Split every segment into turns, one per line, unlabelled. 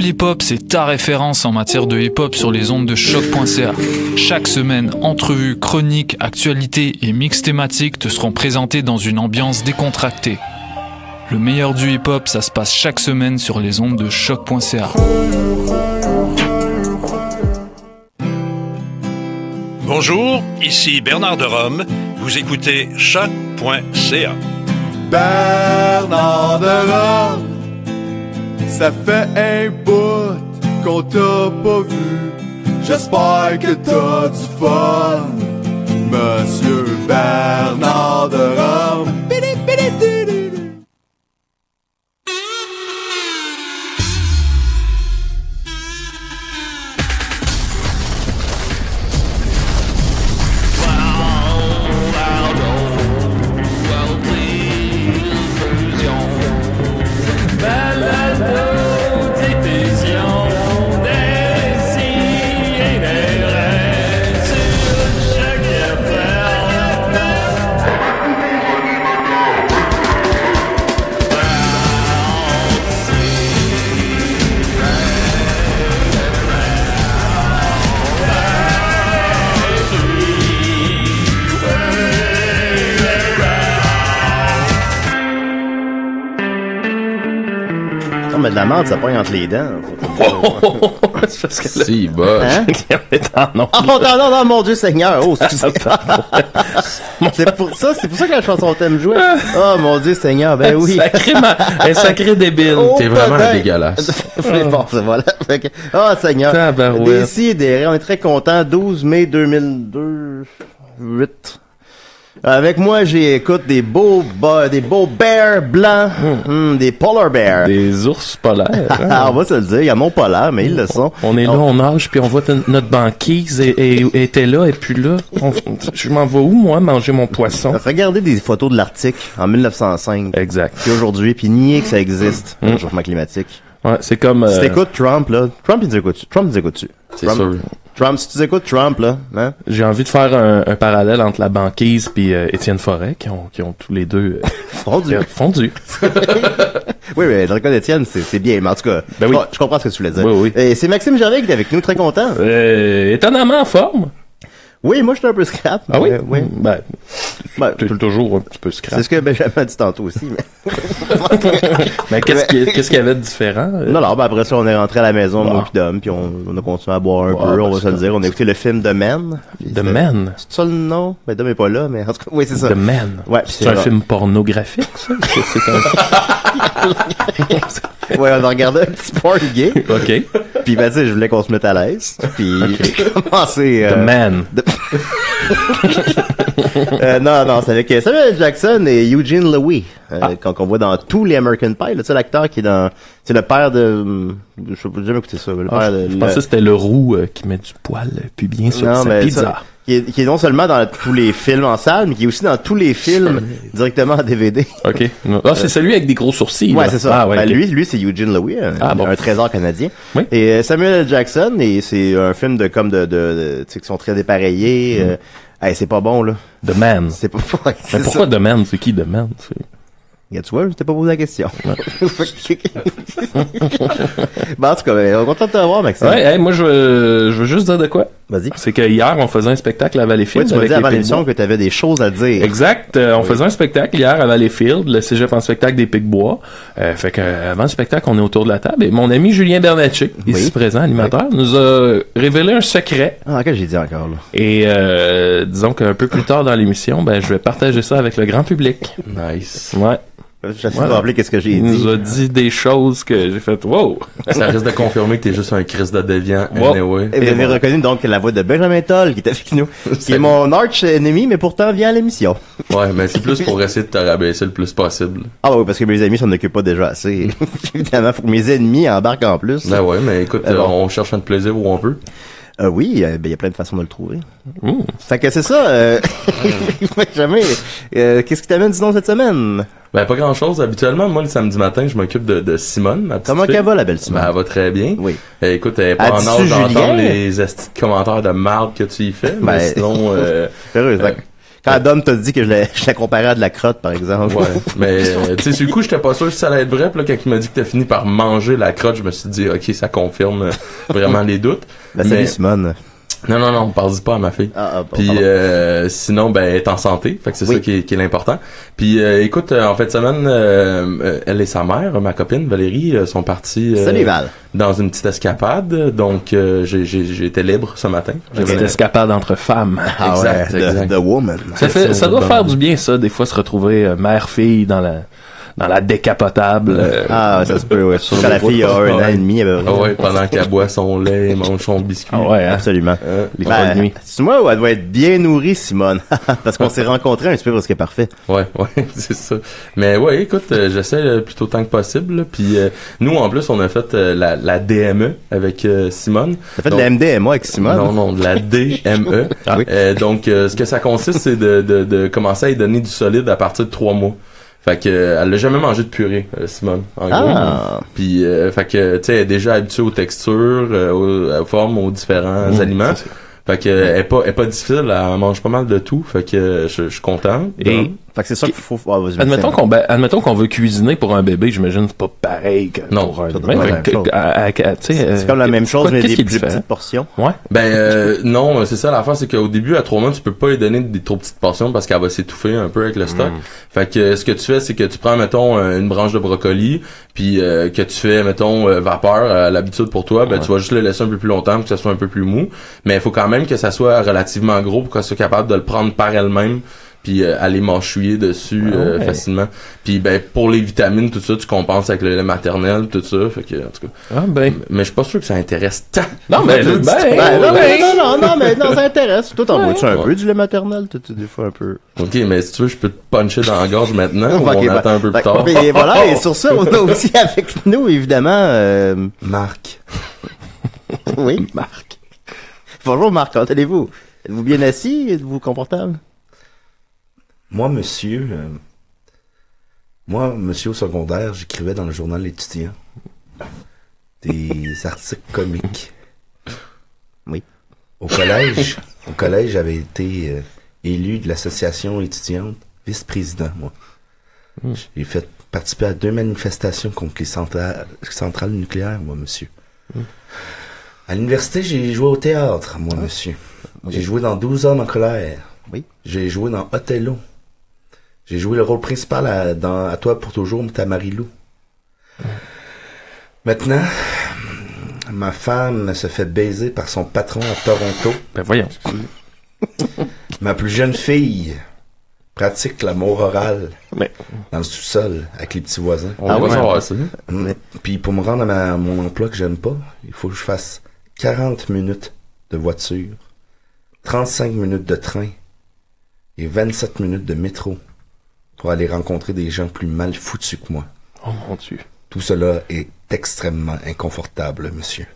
l'hip hop, c'est ta référence en matière de hip hop sur les ondes de choc.ca. Chaque semaine, entrevues, chroniques, actualités et mix thématiques te seront présentés dans une ambiance décontractée. Le meilleur du hip hop, ça se passe chaque semaine sur les ondes de choc.ca.
Bonjour, ici Bernard de Rome. Vous écoutez choc.ca.
Bernard de Rome, ça fait un bout qu'on t'a pas vu. J'espère que t'as du fun, Monsieur Bernard de Rome. Bidi, bidi, du, du, du.
Non, mais de la menthe, ça pogne entre les dents.
c'est parce que là... Si, bah.
Hein?
Ah non.
Ah, non, non, non, mon Dieu Seigneur! Oh, excusez. c'est pour ça, c'est pour ça que la chanson t'aime jouer. Oh, mon Dieu Seigneur, ben oui.
Sacré, ma... un sacré débile.
Oh,
T'es vraiment un
putain.
dégueulasse.
Mais bon, ça, voilà. Fait que- Oh, Seigneur.
Tabarouette.
Décidéré, on est très content. 12 mai 2002, 8. Avec moi, j'ai, écoute, des beaux, ba- des beaux bears blancs, Hmm, des polar bears.
Des ours polaires. hein.
Ah, on va se le dire, il y a mon polar, mais ils le sont.
On est là, on nage, puis on voit t- notre banquise et, et- était là, et puis là, on- je m'en vais où, moi, manger mon poisson?
Regardez des photos de l'Arctique en 1905.
Exact.
Puis aujourd'hui, puis nier que ça existe, le chauffement climatique.
Ouais, c'est comme...
Si
Mm. euh,
t'écoutes Trump, là, Trump, il nous écoute Trump, nous écoute-tu?
C'est
Trump-
sûr.
Trump, si tu écoutes Trump, là, hein?
J'ai envie de faire un, un parallèle entre la banquise puis euh, Étienne Forêt, qui ont, qui ont tous les deux
Bon Dieu.
euh, fondu.
Oui, mais dans le cas d'Étienne, c'est c'est bien, mais en tout cas,
Ben oui.
je- je comprends ce que tu voulais dire.
Oui, oui.
Et c'est Maxime Gervais qui est avec nous, très content.
Euh, étonnamment en forme.
Oui, moi, je suis un peu scrap.
Ah oui?
mais, oui.
Ben,
Ben,
t'es toujours un petit peu scrap.
c'est ce que Benjamin a dit tantôt aussi. Mais...
Mais qu'est-ce qui- qu'est-ce qu'il y avait de différent? euh?
Non, non, ben après ça, on est rentré à la maison,
Bon.
moi puis Dom, puis on, on a continué à boire un
Bon,
peu,
ben,
on va
c'est
se le
comme-
dire. On a écouté le film de Man.
The Man.
C'est ça le nom? Ben, Dom est pas là, mais en tout cas, oui, c'est ça.
The Man.
Ouais,
c'est
c'est
un
vrai.
film pornographique, ça? C'est- C'est un...
Ouais, on a regardé un petit porn gay.
OK.
Puis ben tu sais, je voulais qu'on se mette à l'aise. Puis j'ai commencé. euh,
The Man.
euh, non, non, c'est avec euh, Samuel Jackson et Eugene Levy, euh,
Ah.
qu'on qu'on voit dans tous les American Pie. là. Tu sais, l'acteur qui est dans, c'est le père de, hum, je sais pas, j'ai jamais écouté ça. Le père
Ah,
de,
je, je
le-
pensais que c'était le roux euh, qui met du poil euh, pubien sur
non,
sa
mais
pizza.
ça, qui, est, qui est non seulement dans tous les films en salle, mais qui est aussi dans tous les films directement en DVD.
OK. Ah, c'est celui avec des gros sourcils.
Euh, Ouais,
là.
c'est ça.
Ah, ouais,
Ben,
ok.
lui, lui, c'est Eugene Lewis, un,
Ah, bon.
un trésor canadien.
Oui.
Et euh, Samuel L. Jackson, et c'est un film de comme de, de, de- tu sais, qui sont très dépareillés. euh, hey, c'est pas bon là.
The Man.
C'est pas ouais,
Mm. Mais
c'est
pourquoi
ça.
The Man? C'est qui The Man? C'est-
Regarde, Tu vois, je t'ai pas posé la question. bon, en tout cas, ben, on est content de te voir, Maxime.
Ouais, hey, moi, je veux, je veux juste dire de quoi.
Vas-y.
C'est que hier, on faisait un spectacle à
Oui,
Valleyfield.
tu m'as
avec
dit
les
avant
Pigbois.
l'émission que t'avais des choses à dire.
Exact. euh, on faisait un spectacle hier à Valleyfield, le cégep en spectacle des Picbois. Euh, fait que euh, avant le spectacle, on est autour de la table et mon ami Julien Bernatchez, ici présent, animateur, nous a révélé un secret.
Ah, qu'est-ce que j'ai dit encore, là?
Et euh, disons qu'un peu plus tard dans l'émission, ben je vais partager ça avec le grand public.
Nice.
Ouais.
J'essaie de me
Voilà.
rappeler qu'est-ce que j'ai dit.
Il nous a dit des choses que j'ai fait wow.
Ça risque de confirmer que t'es juste un Chris de déviant.
Wow.
Anyway.
Et vous avez reconnu donc la voix de Benjamin Toll qui est avec nous, qui est mon arch ennemi, mais pourtant vient à l'émission.
Ouais, mais c'est plus pour essayer de te rabaisser le plus possible.
Ah bah oui, parce que mes amis s'en occupent pas déjà assez. Évidemment, faut que mes ennemis embarquent en plus.
Ben ouais, mais écoute,
Ben
euh,
bon.
on cherche notre plaisir où on peut.
Euh, oui, euh, ben, il y a plein de façons de le trouver.
Hmm.
Fait que c'est ça. Euh... Jamais. euh, Qu'est-ce qui t'amène sinon cette semaine?
Ben pas grand chose. Habituellement, moi le samedi matin, je m'occupe de, de Simone, ma petite
Comment
fille.
qu'elle va, la belle Simone?
Ben, elle va très bien.
Oui.
Euh, écoute, elle est pas
Elle
en
dit-tu
âge
Julien?
d'entendre les estis de commentaires de marde que tu y fais, mais
Ben-
sinon euh,
Sérieux,
euh,
fait que Quand Dom t'a dit que je la, je la comparais à de la crotte, par exemple.
Ouais. Mais, euh, tu sais, sur le coup, j'étais pas sûr si ça allait être vrai. Puis là, quand il m'a dit que t'as fini par manger la crotte, je me suis dit, OK, ça confirme euh, vraiment les doutes.
Ben, salut
Mais-
Simone.
Non, non, non, parle pas à ma fille.
Ah, ah, bon,
Puis
pardon.
euh, sinon, ben, elle est en santé, fait que c'est
Oui.
ça qui est, qui est l'important. Puis euh, écoute, euh, en fin de semaine, euh, euh, elle et sa mère, ma copine Valérie, euh, sont partis euh,
Salut Val.
dans une petite escapade. Donc, euh, j'ai- j'ai- j'étais libre ce matin.
Une petite
J'avais-
escapade entre femmes.
Ah
exact,
ouais, the-
exact.
The, Woman.
Ça, fait, ça doit
Bon.
faire du bien, ça, des fois, se retrouver euh, mère-fille dans la, dans la décapotable. euh,
Ah, ouais, ça se peut, ouais.
Sur
Quand
le
la
route.
fille a un an
Ouais.
et demi, elle
Ah ouais, pendant qu'elle boit son lait, et mange son biscuit.
ah ouais, hein,
Absolument.
Euh,
les
Ben,
fois de nuit.
C'est moi où elle doit être bien nourrie, Simone. parce qu'on s'est rencontrés un petit peu parce qu'elle est parfaite.
Ouais, ouais, c'est ça. Mais ouais, écoute, euh, j'essaie euh, plutôt tant que possible. là. Puis euh, nous, en plus, on a fait euh, la, la DME avec euh, Simone.
T'as fait
Donc-
de la MDMA avec Simone.
Non, non, de la DME.
Ah oui.
Euh, donc, euh, ce que ça consiste, c'est de, de, de commencer à y donner du solide à partir de trois mois. Fait que euh, elle n'a jamais mangé de purée, euh, Simone. En
Ah.
gros. Puis, euh, fait que tu sais, elle est déjà habituée aux textures, euh, aux, aux formes, aux différents
Mmh.
aliments. Fait que euh, elle est pas, elle est pas difficile. Elle mange pas mal de tout. Fait que euh, je, je suis content.
Et
Fait que c'est ça qu'il faut. Ah, vas-y,
admettons
Maxime.
qu'on, ben, admettons qu'on veut cuisiner pour un bébé, j'imagine c'est pas pareil que
Non,
pour un
ça doit
humain.
pas être
Fait que-
la même chose.
à- à- à- tu sais, euh,
C'est comme la même chose,
quoi-
mais
qu'est-ce
des
qui est
plus
différent?
petites portions.
Ouais.
Ben euh, non, euh, c'est ça l'affaire, c'est qu'au début à trois mois, tu peux pas lui donner des trop petites portions parce qu'elle va s'étouffer un peu avec le stock. Fait que euh, ce que tu fais, c'est que tu prends mettons euh, une branche de brocoli, puis euh, que tu fais mettons euh, vapeur à l'habitude pour toi, ben tu vas juste le laisser un peu plus longtemps pour que ça soit un peu plus mou, mais il faut quand même que ça soit relativement gros pour qu'elle soit capable de le prendre par elle-même puis euh, aller mâchouiller dessus euh,
ouais.
facilement. Puis ben pour les vitamines tout ça, tu compenses avec le lait maternel, tout ça, fait que en tout cas,
Ah, ben.
mais je suis pas sûr que ça intéresse tant.
Non, mais, ben,
l'auditeur.
Ben, non,
ouais.
mais- non, non, non, mais non, ça intéresse. Toi, t'en vois-tu un peu du lait maternel? Toi, tu- des fois un peu.
Ok, mais si tu veux, je peux te puncher dans la gorge maintenant ou
Fait que-
Ah, on attend un peu
fait
plus
que-
tard.
Et ben, voilà, et sur ça, on a aussi avec nous, évidemment, euh,
Marc.
oui. Marc. Bonjour Marc, comment allez-vous? Êtes-vous bien assis? Êtes-vous confortable?
Moi, monsieur, euh, moi, monsieur au secondaire, j'écrivais dans le journal étudiant des articles comiques.
Oui.
Au collège, au collège, j'avais été euh, élu de l'association étudiante, vice-président, moi.
Hmm.
J'ai fait participer à deux manifestations contre les centrales, centrales nucléaires, moi, monsieur.
Hmm.
À l'université, j'ai joué au théâtre, moi, monsieur. J'ai joué dans 12 hommes en colère.
Ah. Oui.
J'ai joué dans Othello. J'ai joué le rôle principal à, dans À toi pour toujours, Tamarilou. Maintenant, ma femme se fait baiser par son patron à Toronto.
Ben, voyons.
Ma plus jeune fille pratique l'amour oral
Mais-
dans le sous-sol avec les petits voisins.
On
Ah
va
ouais.
savoir ça.
Mais- Puis pour me rendre à, ma- à mon emploi que j'aime pas, il faut que je fasse 40 minutes de voiture, 35 minutes de train et 27 minutes de métro pour aller rencontrer des gens plus mal foutus que moi.
Oh mon dieu.
Tout cela est extrêmement inconfortable, monsieur.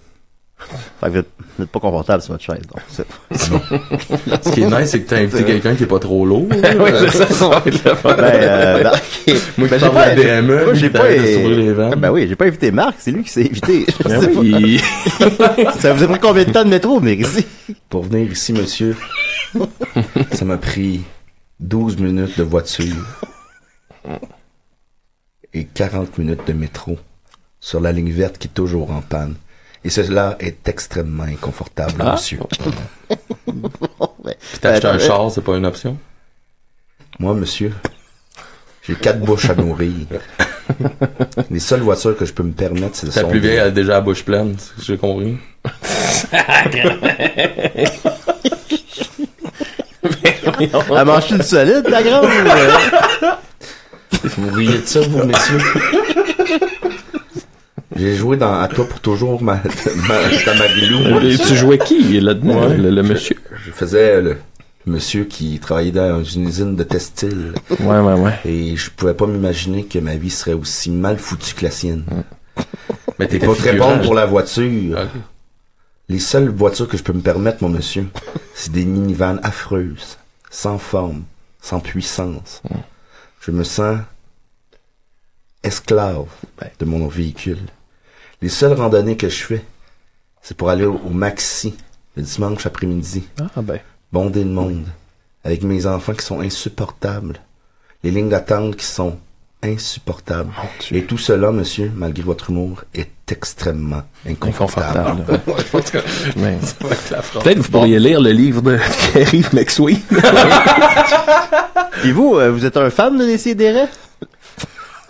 Fait que vous êtes- vous n'êtes pas confortable sur votre chaise, donc. c'est-
Ce qui est nice, c'est que t'as invité quelqu'un qui est pas trop lourd.
Ben, euh, Marc,
Moi,
ben,
qui
j'ai
parle
pas-
de la DME,
moi, j'ai
j'ai
pas-
pas de s'ouvrir les vannes.
Ben oui, j'ai pas invité Marc, c'est lui qui s'est invité. Je
Ben
sais
oui, il-
pas. Ça vous a pris combien de temps de métro venir ici?
Pour venir ici, monsieur, ça m'a pris 12 minutes de voiture et 40 minutes de métro sur la ligne verte qui est toujours en panne. Et cela est extrêmement inconfortable,
Ah.
monsieur.
Puis t'as acheté un char, c'est pas une option.
Moi, monsieur, j'ai quatre bouches à nourrir. Les seules voitures que je peux me permettre, c'est
Ta plus vieille elle a déjà la bouche pleine, c'est ce que j'ai compris.
Elle mange du solide, ta grande? ou, euh,
Vous riez de ça, vous, messieurs? J'ai joué dans À toi pour toujours, ma, ma, Tamarilou, moi,
Et tu jouais qui là-dedans,
Ouais.
le, le monsieur?
Je faisais le monsieur qui travaillait dans une usine de textile
Ouais, ouais, ouais.
et je pouvais pas m'imaginer que ma vie serait aussi mal foutue que la sienne.
Mais t'es
Et pas très bon pour la voiture.
Ah, ok.
Les seules voitures que je peux me permettre, mon monsieur, c'est des minivans affreuses, sans forme, sans puissance. Je me sens esclave de mon véhicule. Les seules randonnées que je fais, c'est pour aller au, au maxi le dimanche après-midi
Ah ben.
bonder le monde, avec mes enfants qui sont insupportables. Les lignes d'attente qui sont insupportables. Et tout cela, monsieur, malgré votre humour, est extrêmement inconfortable.
Inconfortable. Ouais. Peut-être vous pourriez lire le livre de Pierre-Yves Maxwell.
Et vous, euh, vous êtes un fan de Décideret?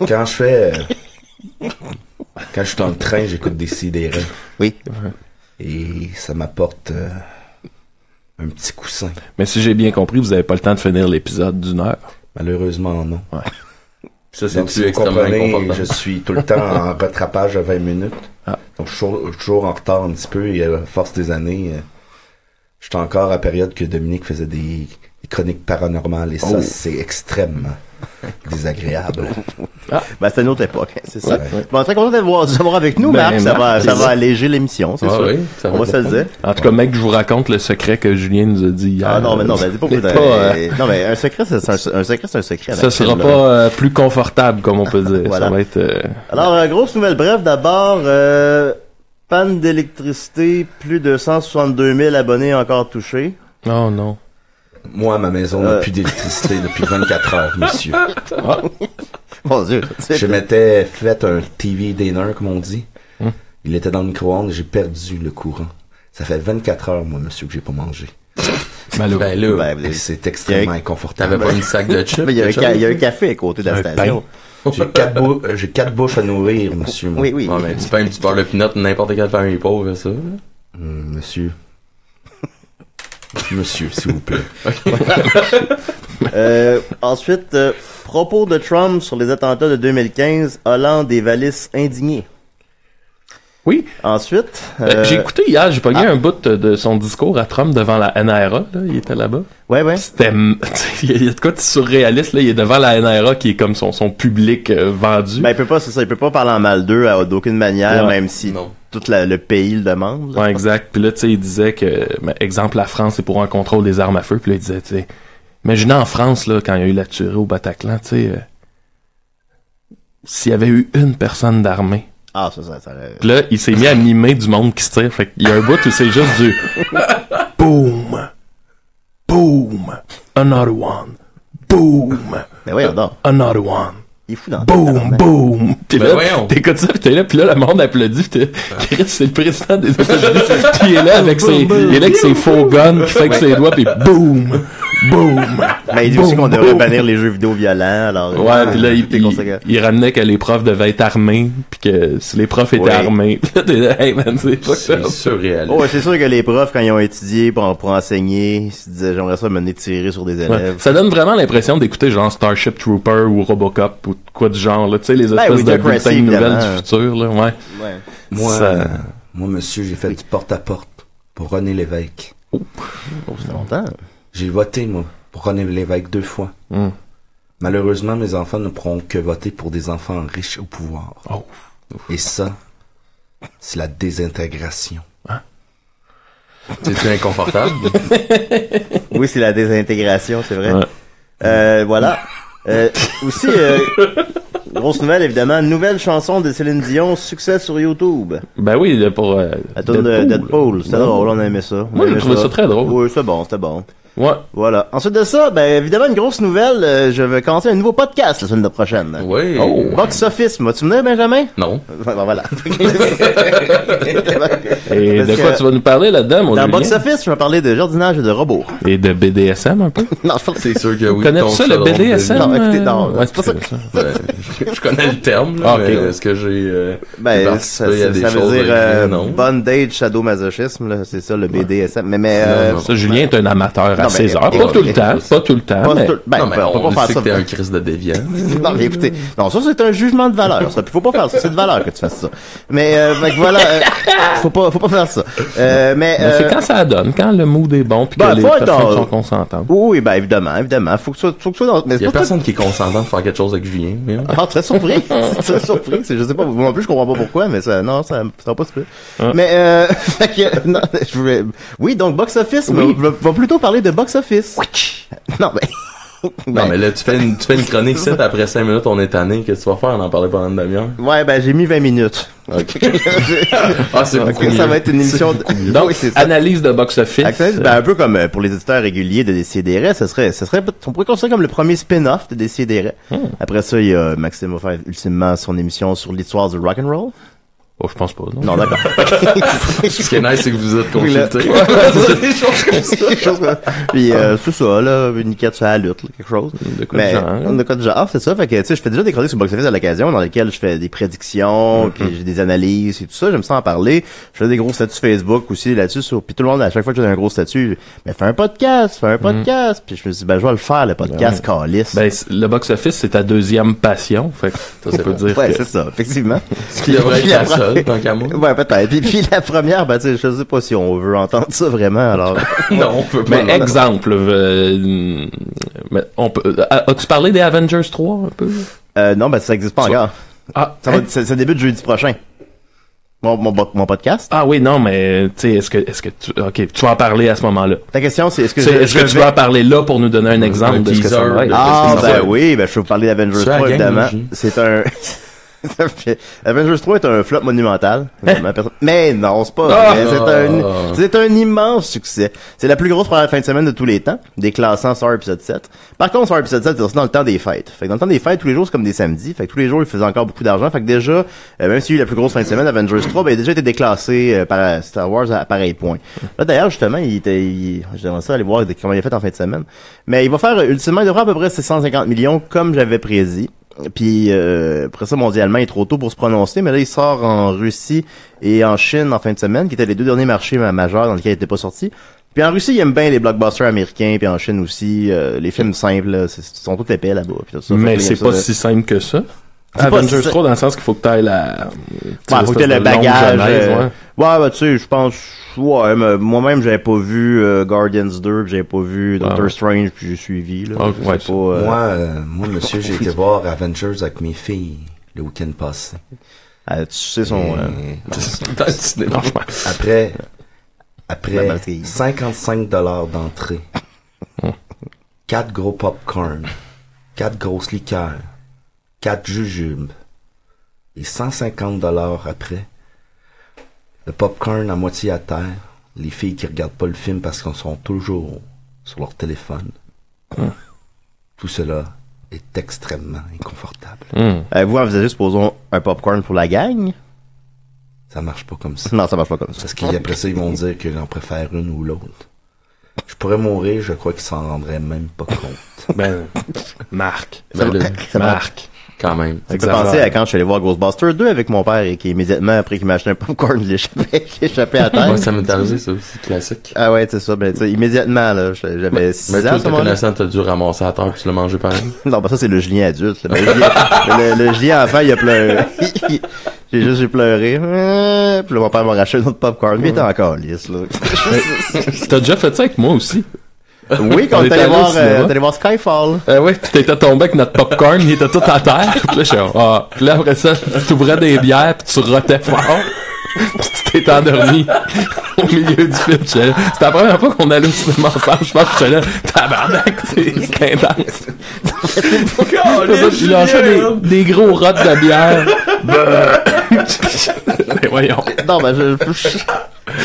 Quand je fais... euh, Quand je suis dans le train, j'écoute des sidérés.
Oui.
Et ça m'apporte euh, un petit coussin.
Mais si j'ai bien compris, vous avez pas le temps de finir l'épisode d'une heure.
Malheureusement, non.
Ça,
Donc, si
c'est
vous
extrêmement
comprenez, je
inconfortable. Ah.
suis tout le temps en rattrapage à 20 minutes. Donc, je suis toujours- toujours en retard un petit peu et à la force des années, euh, je suis encore à la période que Dominique faisait des, des chroniques paranormales et ça,
Oh.
c'est extrêmement désagréable.
Ben, c'est une autre époque, hein, c'est ça.
Ouais.
Bon, très content d'avoir du savoir avec nous,
Ben,
Marc. Ça va,
Marc,
ça
c'est
va
ça.
alléger l'émission, c'est
Ah
sûr.
oui, ça
On va
va
se le dire.
En tout cas, mec, je vous raconte le secret que Julien nous a dit hier.
Ah non, mais non, ben, c'est pas
Mais
vrai.
pas, euh,
Euh, Non, mais un secret, c'est c'est un, un secret, c'est un secret.
ça sera
Maxime,
pas
là.
euh, plus confortable, comme on peut dire.
Voilà.
Ça va être... euh,
Alors, euh, grosse nouvelle bref, d'abord, euh, panne d'électricité, plus de 162 000 abonnés encore touchés.
Oh non.
Moi, ma maison n'a
Euh.
plus d'électricité depuis 24 heures, monsieur.
Mon Dieu, c'est
Je m'étais fait un TV dinner, comme on dit.
Hein?
Il était dans le micro-ondes, j'ai perdu le courant. Ça fait 24 heures, moi, monsieur, que j'ai pas mangé.
Malheureux.
Ben là,
Ben,
Et C'est extrêmement
t'avais
inconfortable.
pas une sac de chips?
Mais il y a un
quelque
ca-
chose?
il y a un café à côté de la station.
J'ai quatre, bou- euh, j'ai quatre bouches à nourrir, monsieur. moi.
Oui, oui.
Ouais, mais tu pain, tu parles de pinot, n'importe quelle famille pauvre, ça.
Hum, monsieur. Monsieur, s'il vous plaît.
Euh, ensuite, euh, propos de Trump sur les attentats de 2015, Hollande et Valis indignés.
Oui.
Ensuite,
Ben,
euh, ah.
J'ai écouté hier, j'ai pogné un bout de- de son discours à Trump devant la NRA, là, il était là-bas.
ouais, ouais.
C'était, il y a de quoi de surréaliste, là, il est devant la NRA qui est comme son, son public euh, vendu.
Ben, il peut pas, c'est ça, il peut pas parler en mal d'eux à- d'aucune manière,
Ouais.
même si
Non.
tout la- le pays le demande. là.
Ouais, exact. Puis là, tu sais, il disait que, ben, exemple, la France est pour un contrôle des armes à feu. Puis là, il disait, tu sais, imaginez en France, là, quand il y a eu la tuerie au Bataclan, tu sais, euh, s'il y avait eu une personne d'armée.
Ah, ça, ça, ça. euh,
Puis là, il s'est mis à mimer du monde qui se tire. Fait qu'il y a un bout où c'est juste du boom, boom, another one, boom,
Ben, oui, adore.
another one.
Il est fou dans le
Boum,
tabarnak.
boum! T'es
Ben
là,
voyons. Ah.
t'écoutes ça, pis t'es là, pis là, le monde applaudit, pis t'es, Chris, c'est le président des États-Unis, pis il est là avec ses, il est là avec ses faux guns, qui fait avec ses doigts, pis boum! Boum!
Ben, il dit aussi qu'on devrait bannir les Ah, jeux vidéo violents, alors. euh,
Ouais, pis là, il,
toutes les
il,
conséquences.
il ramenait que les profs devaient être armés, pis que si les profs étaient
Ouais.
armés, pis là, t'es là, hey man, c'est pas ça.
C'est surréaliste.
Oh, ouais, c'est sûr que les profs, quand ils ont étudié pour, pour enseigner, ils se disaient, j'aimerais ça mener tirer sur des
Ouais.
élèves.
Ça donne vraiment l'impression d'écouter genre Starship Trooper ou Robocop ou de quoi du genre, là, tu sais, les
Ben
espèces
oui,
de
Dick Tracy,
bulletins de nouvelles
évidemment.
du futur, là, ouais.
Ouais.
Moi,
Ça-
euh, moi monsieur, j'ai fait du porte-à-porte pour René Lévesque.
Oh, ça fait longtemps.
J'ai voté, moi, pour René Lévesque deux fois.
Mm.
Malheureusement, mes enfants ne pourront que voter pour des enfants riches au pouvoir.
Oh.
Et ça, c'est la désintégration.
C'est-tu inconfortable?
Oui, c'est la désintégration, c'est vrai.
Ouais.
Euh, voilà. Euh, aussi, euh, grosse nouvelle, évidemment, nouvelle chanson de Céline Dion, succès sur YouTube.
Ben oui, là, pour, euh,
La tourne de Deadpool, c'était
Ouais.
drôle, on aimait ça. On
Moi, j'ai
aimait
trouvé ça très drôle.
Oui, c'était bon, c'était bon.
Ouais.
Voilà. Ensuite de ça, ben évidemment, une grosse nouvelle, euh, je vais commencer un nouveau podcast la semaine prochaine.
Oui.
Oh.
Box Office, vas-tu venir, Benjamin?
Non.
Bon, ben, voilà.
Et
Parce
de quoi
que-
tu vas nous parler là-dedans, mon
Dans
Julien?
Box Office, je vais parler de jardinage et de robots.
Et de BDSM un peu?
Non, je pense que
C'est sûr que oui.
Connais-tu
ton
ça, le
chaudron de
BDSM?
Non,
euh,
écoutez, non,
ouais,
c'est pas
c'est ça.
Ben, je connais le terme, là,
Ah, ok.
mais est-ce que j'ai euh,
Ben,
participé
ça,
à
ça-
des
ça
choses
veut dire
avec
euh,
lui? non.
bondage, shadow masochisme, là, c'est ça le BDSM. Mais mais euh,
Ça, Julien est un amateur à
Non, mais-
16 heures.
et-
Pas tout le
et-
temps, pas tout le temps,
pas
Ah, mais...
tout- ben,
non, mais
ben,
on,
on peut
le
pas
sait
faire
que
ça.
t'es un Christ de déviant.
Non, mais écoutez, non, ça c'est un jugement de valeur, ça. Puis faut pas faire ça. C'est de valeur que tu fasses ça. Mais euh, fait que voilà, euh, faut pas, faut pas faire ça. Euh, mais
Mais c'est
euh,
quand ça donne, quand le mood est bon, puis
Ben,
que les
faut être
personnes
dans-
sont consentantes.
oui, ben évidemment, évidemment, faut que tu sois, faut que tu sois dans. Mais
Il y
c'est
a
pas tout-
personne qui est consentant de faire quelque chose avec Julien. mais-
Ah, très surpris, C'est très surpris. C'est- Je sais pas, moi non plus je comprends pas pourquoi, mais ça, non, ça, ça va pas se faire. Mais euh, fait que, non, je voulais, oui, donc box office, mais on va- va plutôt parler de box office. Non mais,
Non,
ben,
mais là, tu fais une, tu fais une chronique 7 après 5 minutes, on est tanné. Qu'est-ce que tu vas faire? On en parlait pendant une demi-heure.
ouais, ben j'ai mis 20 minutes.
Ah, c'est
Ok,
beaucoup
ça
mieux.
va être une émission. de-
Donc,
Oui, c'est ça.
analyse de box-office.
Access, ben, un peu comme euh, pour les éditeurs réguliers de Décideret, ce serait, ce serait, on pourrait considérer comme le premier spin-off de Décideret. Après ça, il y a Maxime va faire ultimement son émission sur l'histoire du rock'n'roll.
Oh, je pense pas. Non.
Non, d'accord.
Ce qui est nice, c'est que vous êtes
Oui, là.
consultés.
Quelque chose comme- Puis, euh, c'est ça, là, une niquette sur la lutte, là, quelque chose.
De quoi de
Mais,
genre.
on a quoi de genre, c'est ça. Fait que, tu sais, je fais déjà des chroniques sur Box Office à l'occasion, dans lesquelles je fais des prédictions, puis j'ai des analyses et tout ça. J'aime ça en parler. Je fais des gros statuts Facebook aussi là-dessus. Sur... Puis tout le monde, à chaque fois que j'ai un gros statut, mais fais un podcast, fais un podcast. Puis je me suis dit, ben, je vais le faire, le podcast, calice.
Ben, c- le box-office, c'est ta deuxième passion. Fait que on
c'est
peut
vrai.
dire
ouais,
que-
c'est ça, effectivement.
Ce qui devrait être la seule, tant qu'à moi.
Ouais, peut-être. Puis, puis la première, ben, tu sais, je sais pas si on veut entendre ça vraiment, alors.
Non, on peut pas.
Mais exemple, euh, mais on peut, euh, as-tu parlé des Avengers 3 un peu?
Euh, non, ben, ça existe pas
Ça-
encore.
Ah,
Ça, va, ça, ça débute jeudi prochain. Mon, mon, mon podcast.
ah oui, non, mais tu sais, est-ce que, est-ce que tu, ok, tu vas en parler à ce moment-là.
Ta question, c'est est-ce que
Tu sais, Est-ce que,
je
tu
vais-
vas en parler là pour nous donner un exemple
Un
de ce que ça
teaser
va
de-
être?
Ah,
Qu'est-ce que
ben
c'est?
oui, ben, je peux vous parler d'Avengers
C'est la
3,
gang,
évidemment.
imagine.
C'est un... ça fait- Avengers 3 est un flop monumental. Évidemment, personne- Mais non, c'est pas
Ah!
vrai. C'est un, c'est un immense succès. C'est la plus grosse première fin de semaine de tous les temps, déclassant Star Episode 7. Par contre, Star Episode 7, c'est aussi dans le temps des fêtes. Fait que dans le temps des fêtes, tous les jours, c'est comme des samedis. Fait que tous les jours, il faisait encore beaucoup d'argent. Fait que déjà, euh, même s'il y a eu la plus grosse fin de semaine, Avengers 3, ben, il a déjà été déclassé euh, par Star Wars à, à pareil point. Là, d'ailleurs, justement, il était, il- j'aimerais ça aller voir comment il a fait en fin de semaine. Mais il va faire, euh, ultimement, il devrait à peu près 750 millions, comme j'avais prédit. Puis euh, après ça, mondialement, il est trop tôt pour se prononcer, mais là, il sort en Russie et en Chine en fin de semaine, qui étaient les deux derniers marchés ma- majeurs dans lesquels il n'était pas sorti. Puis en Russie, ils aiment bien les blockbusters américains, puis en Chine aussi, euh, les films simples, là, c'est- sont tous épais là-bas. puis tout ça. Fait
mais
que
c'est
ça,
pas
là.
si simple que ça.
pas
Avengers
si-
3 dans le sens qu'il faut que t'ailles la...
Ouais, faut que t'aies le
longue
bagage.
genèse,
euh,
ouais.
ouais, bah, tu sais, je pense, ouais, mais moi-même, j'avais pas vu euh, Guardians 2, puis j'avais pas vu Doctor
ouais.
Strange, puis j'ai suivi, là.
Ah,
Je
ouais,
sais pas, euh,
Moi, euh, moi, monsieur, j'ai été voir Avengers avec mes filles le week-end passé.
euh, tu sais son... euh,
Dans le cinéma.
Après,
La
après
batterie.
55 dollars d'entrée, quatre gros popcorn, quatre grosses liqueurs, quatre jujubes et 150 dollars après, le popcorn à moitié à terre, les filles qui regardent pas le film parce qu'elles sont toujours sur leur téléphone.
Hein.
Tout cela est extrêmement inconfortable.
euh, vous envisagez, supposons, un popcorn pour la gang?
Ça marche pas comme ça.
Non, ça marche pas comme ça.
Parce qu'après ça, ils vont dire que j'en préfère une ou l'autre. Je pourrais mourir, je crois qu'ils s'en rendraient même pas compte.
Ben, Marc.
Ça va- ça va-
Marc.
Quand même.
Ça me fait penser à quand je suis allé voir Ghostbusters 2 avec mon père et qui immédiatement après qu'il m'a acheté un popcorn, je l'échappais, je l'échappais à terre.
Moi, ça m'est arrivé, ça aussi, classique.
ah ouais, c'est ça, ben tu sais, immédiatement là, je- j'avais 6
Mais
ans à
toi,
ce
te
moment-là.
connaissant, t'as dû ramasser à terre puis tu l'as mangé pareil.
Non, ben ça c'est le gelien adulte. là. Mais le, gelien, le, le gelien enfant, il a pleuré. j'ai juste j'ai pleuré. Euh, Puis là, mon père m'a racheté un autre popcorn, mais il était encore lisse là.
T'as déjà fait ça avec moi aussi.
oui, quand
On
on est allé
était allé au
voir,
cinéma.
euh, on est allé voir Skyfall.
Euh, ouais, pis t'étais tombé avec notre popcorn, il était tout à terre. Pis là, je suis comme, ah. Pis là, après ça, tu t'ouvrais des bières, pis tu rotais fort. Pis tu t'es endormi au milieu du film. J'étais là- C'était la première fois qu'on allait au cinéma ensemble. Je pense que j'étais là, tabarnak, c'est c'est intense. Après ça, je lâchais des, des gros rots de bière. Mais voyons.
Non, ben je, je- je-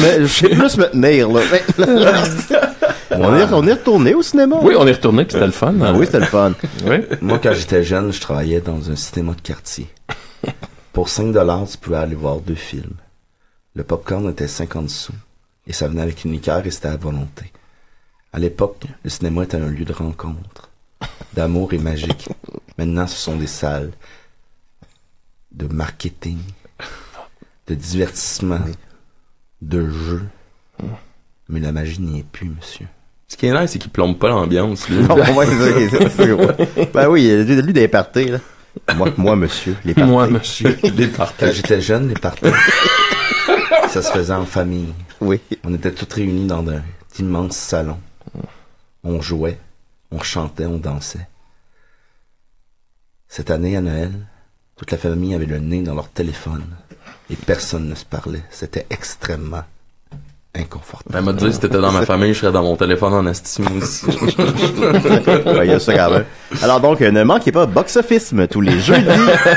mais je sais plus me tenir là. on, est, on est retourné au cinéma.
Oui, on est retourné, pis c'était le fun.
Ah oui, c'était le fun.
Oui.
Moi, quand j'étais jeune, je travaillais dans un cinéma de quartier. Pour 5 dollars, tu pouvais aller voir deux films. Le popcorn était 50 sous. Et ça venait avec une liqueur et c'était à volonté. À l'époque, le cinéma était un lieu de rencontre, d'amour et magique. Maintenant, ce sont des salles de marketing, de divertissement, de jeu. Mais la magie n'y est plus, monsieur.
Ce qui est nice, c'est qu'il plombe pas l'ambiance, lui.
Non, ouais, c'est ça, c'est ça, ouais. Ben oui, euh, lui, lui des parties, là. Moi, moi, monsieur, les parties.
Moi, monsieur.
Les parties.
Quand j'étais jeune, les parties, ça se faisait en famille.
Oui.
On était tous réunis dans un immense salon. On jouait, on chantait, on dansait. Cette année, à Noël, toute la famille avait le nez dans leur téléphone et personne ne se parlait. C'était extrêmement inconfortable.
Ben, Elle m'a dit, si t'étais dans ma famille, je serais dans mon téléphone en estime aussi.
Ouais, il y a ça quand même. Alors donc, euh, ne manquez pas Box Office tous les jeudis,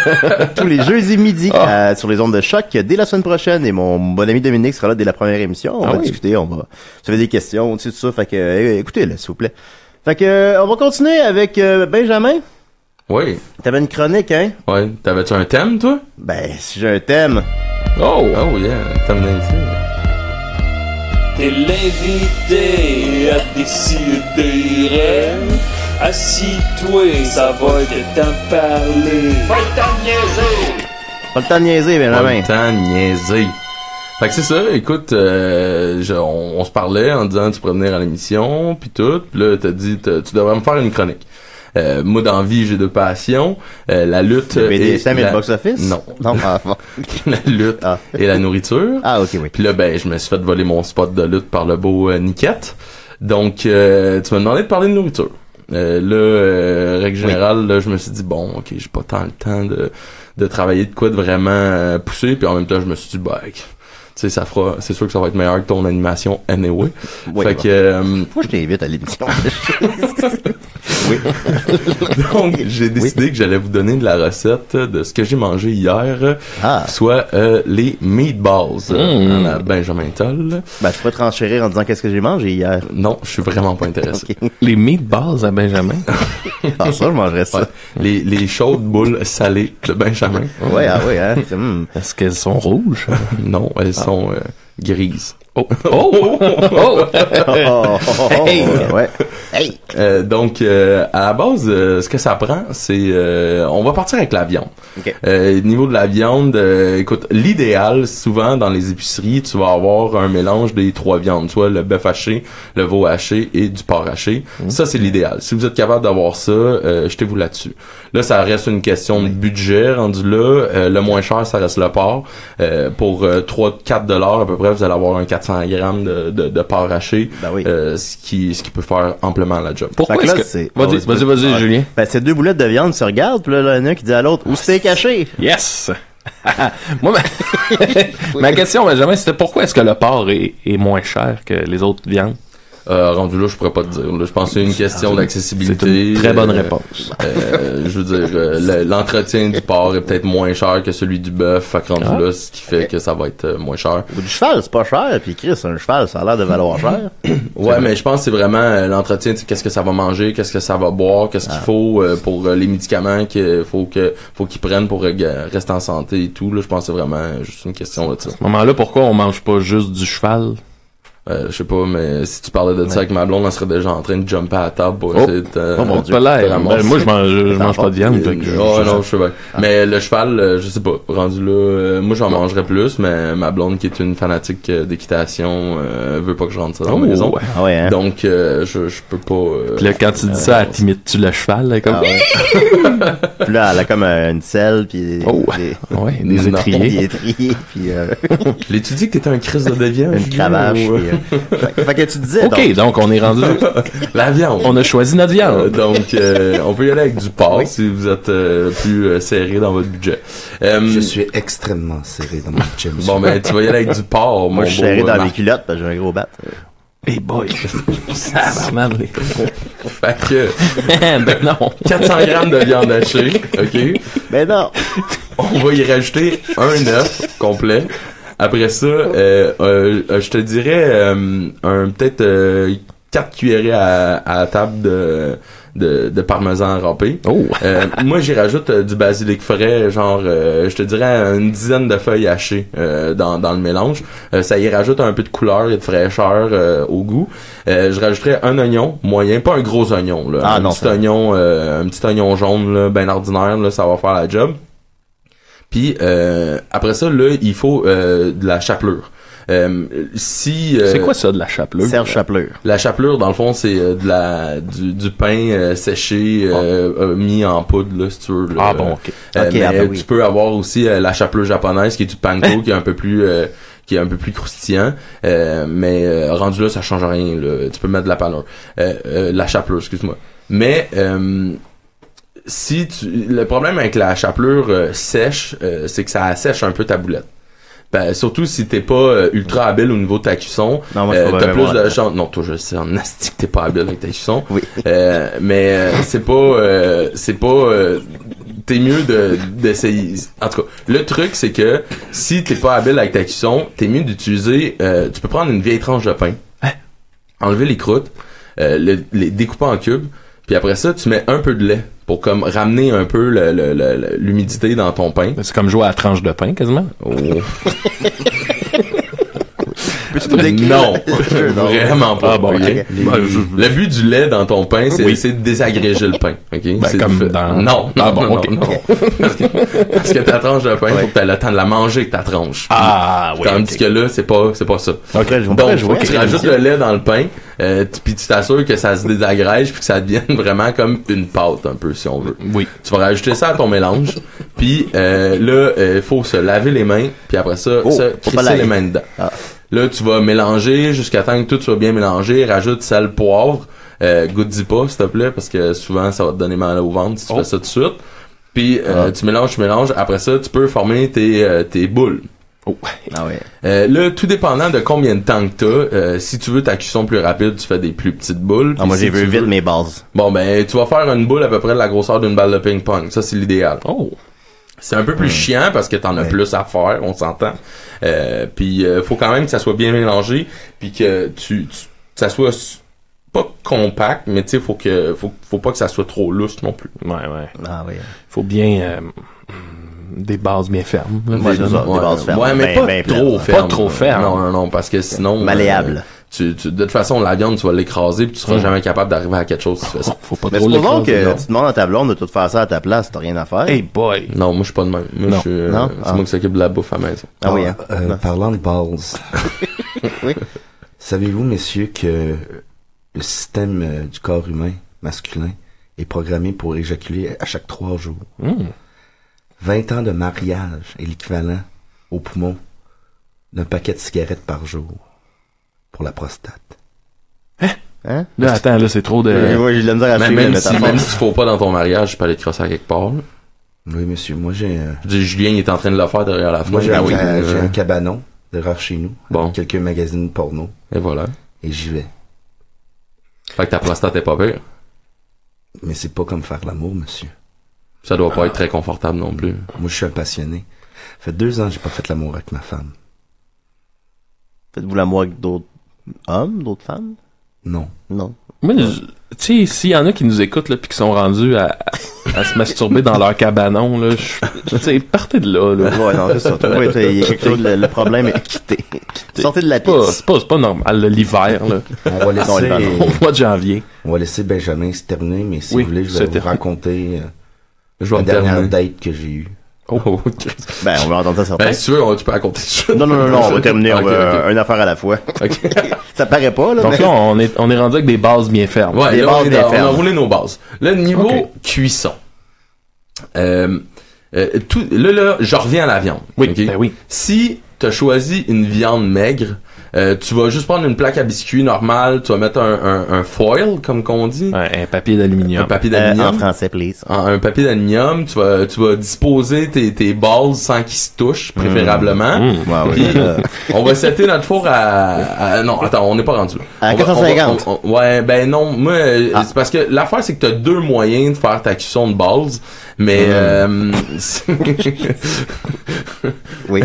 tous les jeudis midi
Ah.
euh, sur les ondes de choc dès la semaine prochaine. Et mon bon ami Dominique sera là dès la première émission. On
Ah
va
oui.
discuter, on va se faire des questions, tout ça. Fait que euh, écoutez, là, s'il vous plaît. Fait que euh, on va continuer avec euh, Benjamin.
Oui,
T'avais une chronique, hein
ouais. T'avais-tu un thème, toi?
Ben, si j'ai un thème.
Oh!
Oh yeah, thème d'invité.
T'es l'invité à décider. Assis-toi, ça va être t'en parler.
Pas le temps de niaiser, Benjamin.
Pas le temps de niaiser. Fait que c'est ça, écoute, euh, je- on, on se parlait en disant tu pourrais venir à l'émission, puis tout, puis là t'as dit t'as- tu devrais me faire une chronique. Euh, moi dans vie j'ai deux passions, euh, la lutte
Le BDSM et
la-
le Box Office
Non,
Non, ah, bon.
la lutte
Ah.
et la nourriture.
Ah, ok, oui.
Puis là, ben, je me suis fait voler mon spot de lutte par le beau euh, Niquette. Donc, euh, tu m'as demandé de parler de nourriture. Euh, là, euh, règle générale, là, je me suis dit bon, ok, j'ai pas tant le temps de, de travailler de quoi de vraiment euh, pousser. Puis en même temps, je me suis dit bah, ok, tu sais, ça fera, c'est sûr que ça va être meilleur que ton animation anyway.
Oui,
fait
bon.
que euh,
Moi, je t'invite à l'émission.
donc, j'ai décidé que j'allais vous donner de la recette de ce que j'ai mangé hier,
Ah. Mmh.
soit euh, les meatballs euh, à la Benjamin Toll.
ben, je peux transférer en disant qu'est-ce que j'ai mangé hier.
Non, je suis vraiment pas intéressé.
Les meatballs à Benjamin.
Ah, ça, je mangerais ça.
Ouais. les, les chaudes boules salées de Benjamin.
Ouais, ah ouais, hein. Hmm.
Est-ce qu'elles sont rouges?
Non, elles sont euh, grises.
Oh! Oh! oh.
Oh, oh, oh, oh,
Hey.
Ouais. Hey.
Euh, donc, euh, à la base, euh, ce que ça prend, c'est... euh, on va partir avec la viande.
Ok.
Euh, niveau de la viande, euh, écoute, l'idéal, souvent, dans les épiceries, tu vas avoir un mélange des trois viandes. Soit le bœuf haché, le veau haché et du porc haché.
Mhm.
Ça, c'est l'idéal. Si vous êtes capable d'avoir ça, euh, jetez-vous là-dessus. Là, ça reste une question de budget rendu là. Euh, le moins cher, ça reste le porc. Euh, pour euh, 3-4 dollars à peu près, vous allez avoir un 400 grammes de, de, de porc haché.
Ben oui.
euh, ce, qui, ce qui peut faire amplement la job.
Pourquoi
Fait que là,
est-ce que...
c'est-
Vas-y, vas-y, vas-y,
Ouais.
Julien.
Ben, ces deux boulettes de viande se regardent, puis là, il y en a un qui dit à l'autre, où c'est caché?
Yes! Moi, ma... ma question, Benjamin, c'était pourquoi est-ce que le porc est, est moins cher que les autres viandes?
Euh, rendu là, je pourrais pas te dire. là. Je pense que c'est une question
C'est
d'accessibilité.
une très bonne
Euh,
réponse.
euh, je veux dire, euh, le- l'entretien du porc est peut-être moins cher que celui du bœuf. Fait que rendu
Ah.
là, ce qui fait que ça va être euh, moins cher.
Ou du cheval, c'est pas cher, puis Chris, un cheval, ça a l'air de valoir cher.
Ouais, mais je pense que c'est vraiment euh, l'entretien, tu sais, qu'est-ce que ça va manger, qu'est-ce que ça va boire, qu'est-ce qu'il faut euh, pour euh, les médicaments qu'il faut que faut qu'ils prennent pour euh, ga- rester en santé et tout. Là, je pense que c'est vraiment euh, juste une question de ça.
À ce moment-là, pourquoi on mange pas juste du cheval?
Euh, je sais pas, mais si tu parlais de ça avec ma blonde, on serait déjà en train de jumper à la table pour
Oh.
essayer de te-
Oh, mon Dieu.
Pas l'air.
ramasser.
Ben, moi, je mange, je
T'en
mange pas de viande. fait que je-
Oh,
je-
non, je sais bien.
Ah.
Mais le cheval, euh, je sais pas. Rendu là, euh, moi j'en mangerais plus, mais ma blonde qui est une fanatique euh, d'équitation euh, veut pas que je rentre ça dans
Oh,
la maison.
ouais.
Ah ouais, hein.
Donc euh, je, je peux pas. euh,
Puis là, quand tu dis ça, elle t'imite-tu le cheval? là, comme...
Ah ouais. Puis là, elle a comme euh, une selle, puis des,
Oh.
des,
Ouais, des
Non.
des
étriers.
étriers, puis euh,
L'as-tu dit que t'étais un crise de deviant?
une cravache.
Julien, ou-
puis, euh, fait, fait que tu disais,
Ok,
donc,
donc on est rendu...
euh, La viande.
on a choisi notre
Euh,
viande.
donc, euh, on peut y aller avec du porc
hein. Oui.
si vous êtes euh, plus euh, serré dans votre budget. Euh,
Je suis extrêmement serré dans mon budget, monsieur.
Bon, ben, tu vas y aller avec du porc,
moi,
mon
je suis
beau,
serré
euh,
dans mes
Marc.
culottes, parce que j'ai un gros bat.
Hey boy! Ça va mal. les-
Fait que
ben non!
400 grammes de viande hachée, ok?
Mais non!
On va y rajouter un œuf complet. Après ça, euh, euh, euh, je te dirais euh, un peut-être euh, 4 cuillerées à, à table de, de, de parmesan râpé.
Oh!
Euh, moi, j'y rajoute euh, du basilic frais, genre, euh, je te dirais une dizaine de feuilles hachées euh, dans, dans le mélange. Euh, ça y rajoute un peu de couleur et de fraîcheur euh, au goût. Euh, je rajouterais un oignon moyen, pas un gros oignon, là.
Ah,
un
non,
petit
ça-
oignon, euh, un petit oignon jaune, là, ben ordinaire, là, ça va faire la job. Puis euh, après ça, là, il faut euh, de la chapelure. Euh, si euh,
C'est quoi ça de la chapelure?
Serge Chapelure.
la chapelure, dans le fond, c'est euh, de la du, du pain euh, séché euh, euh, mis en poudre, là, si tu veux. là.
Ah bon, ok.
Euh,
Ah. Ok,
mais,
ah ben
euh,
oui.
Tu peux avoir aussi euh, la chapelure japonaise qui est du panko qui est un peu plus euh, qui est un peu plus croustillant, euh, mais euh, rendu là ça change rien. Là. Tu peux mettre de la panure, Euh, euh, la chapelure, excuse-moi. Mais euh, si tu, le problème avec la chapelure euh, sèche, euh, c'est que ça assèche un peu ta boulette. ben, surtout si t'es pas euh, ultra habile au niveau de ta cuisson,
Non, moi, je
euh,
suis pas
t'as
bien
plus
bon
de
là-dedans.
chance. Non, toi, je sais en asti que t'es pas habile avec ta cuisson.
Oui.
Euh, mais euh, c'est pas, euh, c'est pas. euh, T'es mieux de d'essayer. En tout cas, le truc c'est que si t'es pas habile avec ta cuisson, t'es mieux d'utiliser. euh, tu peux prendre une vieille tranche de pain, enlever les croûtes, euh, le- les découper en cubes, puis après ça, tu mets un peu de lait pour comme ramener un peu le- le- le- l'humidité dans ton pain.
C'est comme jouer à la tranche de pain, quasiment.
Oh.
Peux-tu nous décrire-
Non,
Je- non.
vraiment pas.
Ah bon,
ok?
ok.
Les-
Ben,
Le but du lait dans ton pain, c'est d'essayer de désagréger le pain. ok? C'est
Ben, comme
de-
dans-
Non, non,
Ah bon,
non,
ok.
non, non. Parce, que, parce que ta tranche de pain, faut que t'aies le temps de la manger, ta tranche.
Ah,
Tandis que là, c'est pas, c'est pas ça.
Après, je- on pourrait
Donc, faut
jouer
que tu
à
rajoutes le lait dans le pain, euh, tu- puis tu t'assures que ça se désagrège, puis que ça devienne vraiment comme une pâte, un peu, si on veut.
Oui.
Tu vas rajouter ça à ton mélange, puis euh, là, il faut se laver les mains, puis après ça,
Oh,
se
faut pas
crisser les
laver.
mains dedans.
Ah.
Là, tu vas mélanger jusqu'à temps que tout soit bien mélangé, rajoute sel, poivre, euh, goûte-y pas, s'il te plaît, parce que souvent, ça va te donner mal au ventre
Oh.
si tu fais ça tout de suite. Puis
Ah.
euh, tu mélanges, tu mélanges, après ça, tu peux former tes, euh, tes boules.
Ah ouais.
Euh, là, tout dépendant de combien de temps que t'as, euh, si tu veux ta cuisson plus rapide, tu fais des plus petites boules.
Ah,
Puis
moi,
si
j'ai
tu
vu vite
veux-
mes bases.
Bon, ben, tu vas faire une boule à peu près de la grosseur d'une balle de ping-pong. Ça, c'est l'idéal.
Oh.
C'est un peu plus chiant parce que t'en as plus à faire, on s'entend. Euh, puis euh, faut quand même que ça soit bien mélangé, puis que tu, tu ça soit s- pas compact, mais tu sais, faut que faut, faut pas que ça soit trop lousse non plus.
Ouais, ouais.
Ah ouais.
Faut bien. euh, mm, des bases bien fermes. là,
Ouais, c'est ça, des
ouais,
bases fermes.
ouais, mais
Ben,
pas
ben
trop
pleines.
ferme.
Pas trop ferme.
Non, non, non, parce que sinon.
Malléable.
euh, tu, tu, de toute façon, la viande, tu vas l'écraser, puis tu seras
Mm.
jamais capable d'arriver à quelque chose si tu fais ça.
Faut pas
Mais
trop
supposons
l'écraser, non.
que tu demandes à ta blonde de tout faire ça à ta place, t'as rien à faire.
Hey boy.
Non, moi, je suis pas de même. Moi,
Non.
je suis, euh,
Non?
C'est
Ah.
moi qui s'occupe de la bouffe à la maison.
Ah oui, hein.
Par- euh, Parlant de balls.
Oui.
Savez-vous, messieurs, que le système euh, du corps humain masculin est programmé pour éjaculer à chaque trois jours? 20 ans de mariage est l'équivalent au poumon d'un paquet de cigarettes par jour pour la prostate.
Hein?
Là, attends, là, c'est trop
Et
de.
Euh, Moi, j'ai de la misère à
Mais
suivre la
même si,
métaphore.
même si tu faut pas dans ton mariage, tu peux aller te crosser à quelque part. là.
Oui, monsieur, moi j'ai un,
Je dis, Julien, il est en train de le faire derrière la
moi,
fenêtre.
j'ai
Ah
un,
oui,
ca- j'ai
euh,
un cabanon derrière chez nous,
Bon.
avec quelques magazines porno,
Euh, Et voilà.
et j'y vais.
Fait que ta prostate est pas pire.
Mais c'est pas comme faire l'amour, monsieur.
Ça doit pas être très confortable non plus.
Moi, je suis un passionné. Ça fait deux ans que j'ai pas fait l'amour avec ma femme.
Faites-vous l'amour avec d'autres hommes, d'autres femmes?
Non.
Non.
Moi, je- tu sais, s'il y en a qui nous écoutent, là, puis qui sont rendus à, à- à se masturber dans leur cabanon, là, je- tu sais, partez de là, là.
Ouais, non, c'est ça. Trouvez, t'as- il y a quelque chose, le, le problème est quitté. Sortez de la
C'est pas,
piste.
c'est pas, c'est pas normal, là, l'hiver, là.
Ah
On va
Non, il va
laisser,
Au mois de janvier.
on va laisser Benjamin se terminer, mais si
Oui,
vous voulez, je
se
vais vous
terminer.
raconter euh,
Je vais
la
me
dernière
terminer.
date que j'ai eue.
Oh, Christ.
Ben, on va entendre ça
Ben,
sortir.
si tu veux, on- tu peux raconter tout
Non, non, non, non, on va euh, terminer on
Ok,
va-
ok.
une affaire à la fois.
Ok.
Ça paraît pas, là,
Donc
mais
là, on est, on est rendu avec des bases bien fermes.
Ouais,
Des
là, on,
bases
est
bien
dans- on a
fermes.
roulé nos bases. Le niveau
Ok.
cuisson. Euh, euh, tout, là, là, je reviens à la viande.
Oui,
ok?
ben oui.
Si t'as choisi une viande maigre, euh, tu vas juste prendre une plaque à biscuits normale, tu vas mettre un, un, un foil, comme qu'on dit,
Un, un papier
un
d'aluminium.
papier
euh, en
d'aluminium.
français, please.
en- un papier d'aluminium, tu vas, tu vas disposer tes, tes balles sans qu'ils se touchent, préférablement.
Mmh.
Ouais, ouais,
Puis,
là.
on va setter notre four à, à- non attends on n'est pas rendu là.
À
On va-
450.
on va- on- on- ouais ben non moi euh,
Ah.
c'est parce que l'affaire c'est que t'as deux moyens de faire ta cuisson de balls mais euh,
Oui.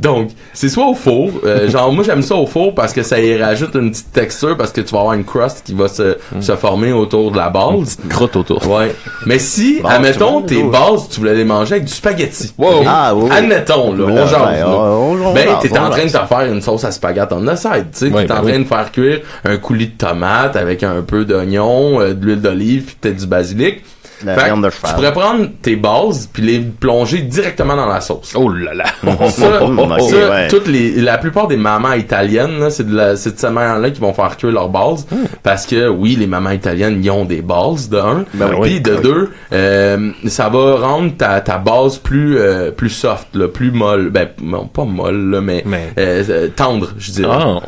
donc c'est soit au four euh, genre moi j'aime ça au four parce que ça y rajoute une petite texture parce que tu vas avoir une crust qui va se, se former autour de la balls
Crotte autour.
Ouais. Mais si,
Bon,
admettons,
tu vois,
tes
là,
bases, tu voulais les manger avec du spaghetti.
Wow.
Ok?
Ah, oui, oui.
Admettons, là,
Là,
on jase,
ben,
là.
on- on
Ben,
jase,
t'es
on
en train de
jase.
te faire une sauce à spaghetti en aside, tu sais.
Ouais,
t'es en
ben
train
oui.
de faire cuire un coulis de tomate avec un peu d'oignon, euh, de l'huile d'olive, puis peut-être du basilic.
La
Fait que
viande de
tu
cheval.
pourrais prendre tes bases puis les plonger directement dans la sauce.
Oh là là.
Ça,
Oh, ok,
ça,
ouais.
toutes les, la plupart des mamans italiennes, là, c'est de, la- c'est de cette manière-là qu'ils vont faire cuire leurs bases.
Hmm.
Parce que, oui, les mamans italiennes, ils ont des bases, de un.
Ben
Puis,
oui.
de deux, euh, ça va rendre ta, ta base plus, euh, plus soft, là, plus molle. Ben, non, pas molle, là, mais,
Mais-
euh, euh, tendre, je dirais.
Ah,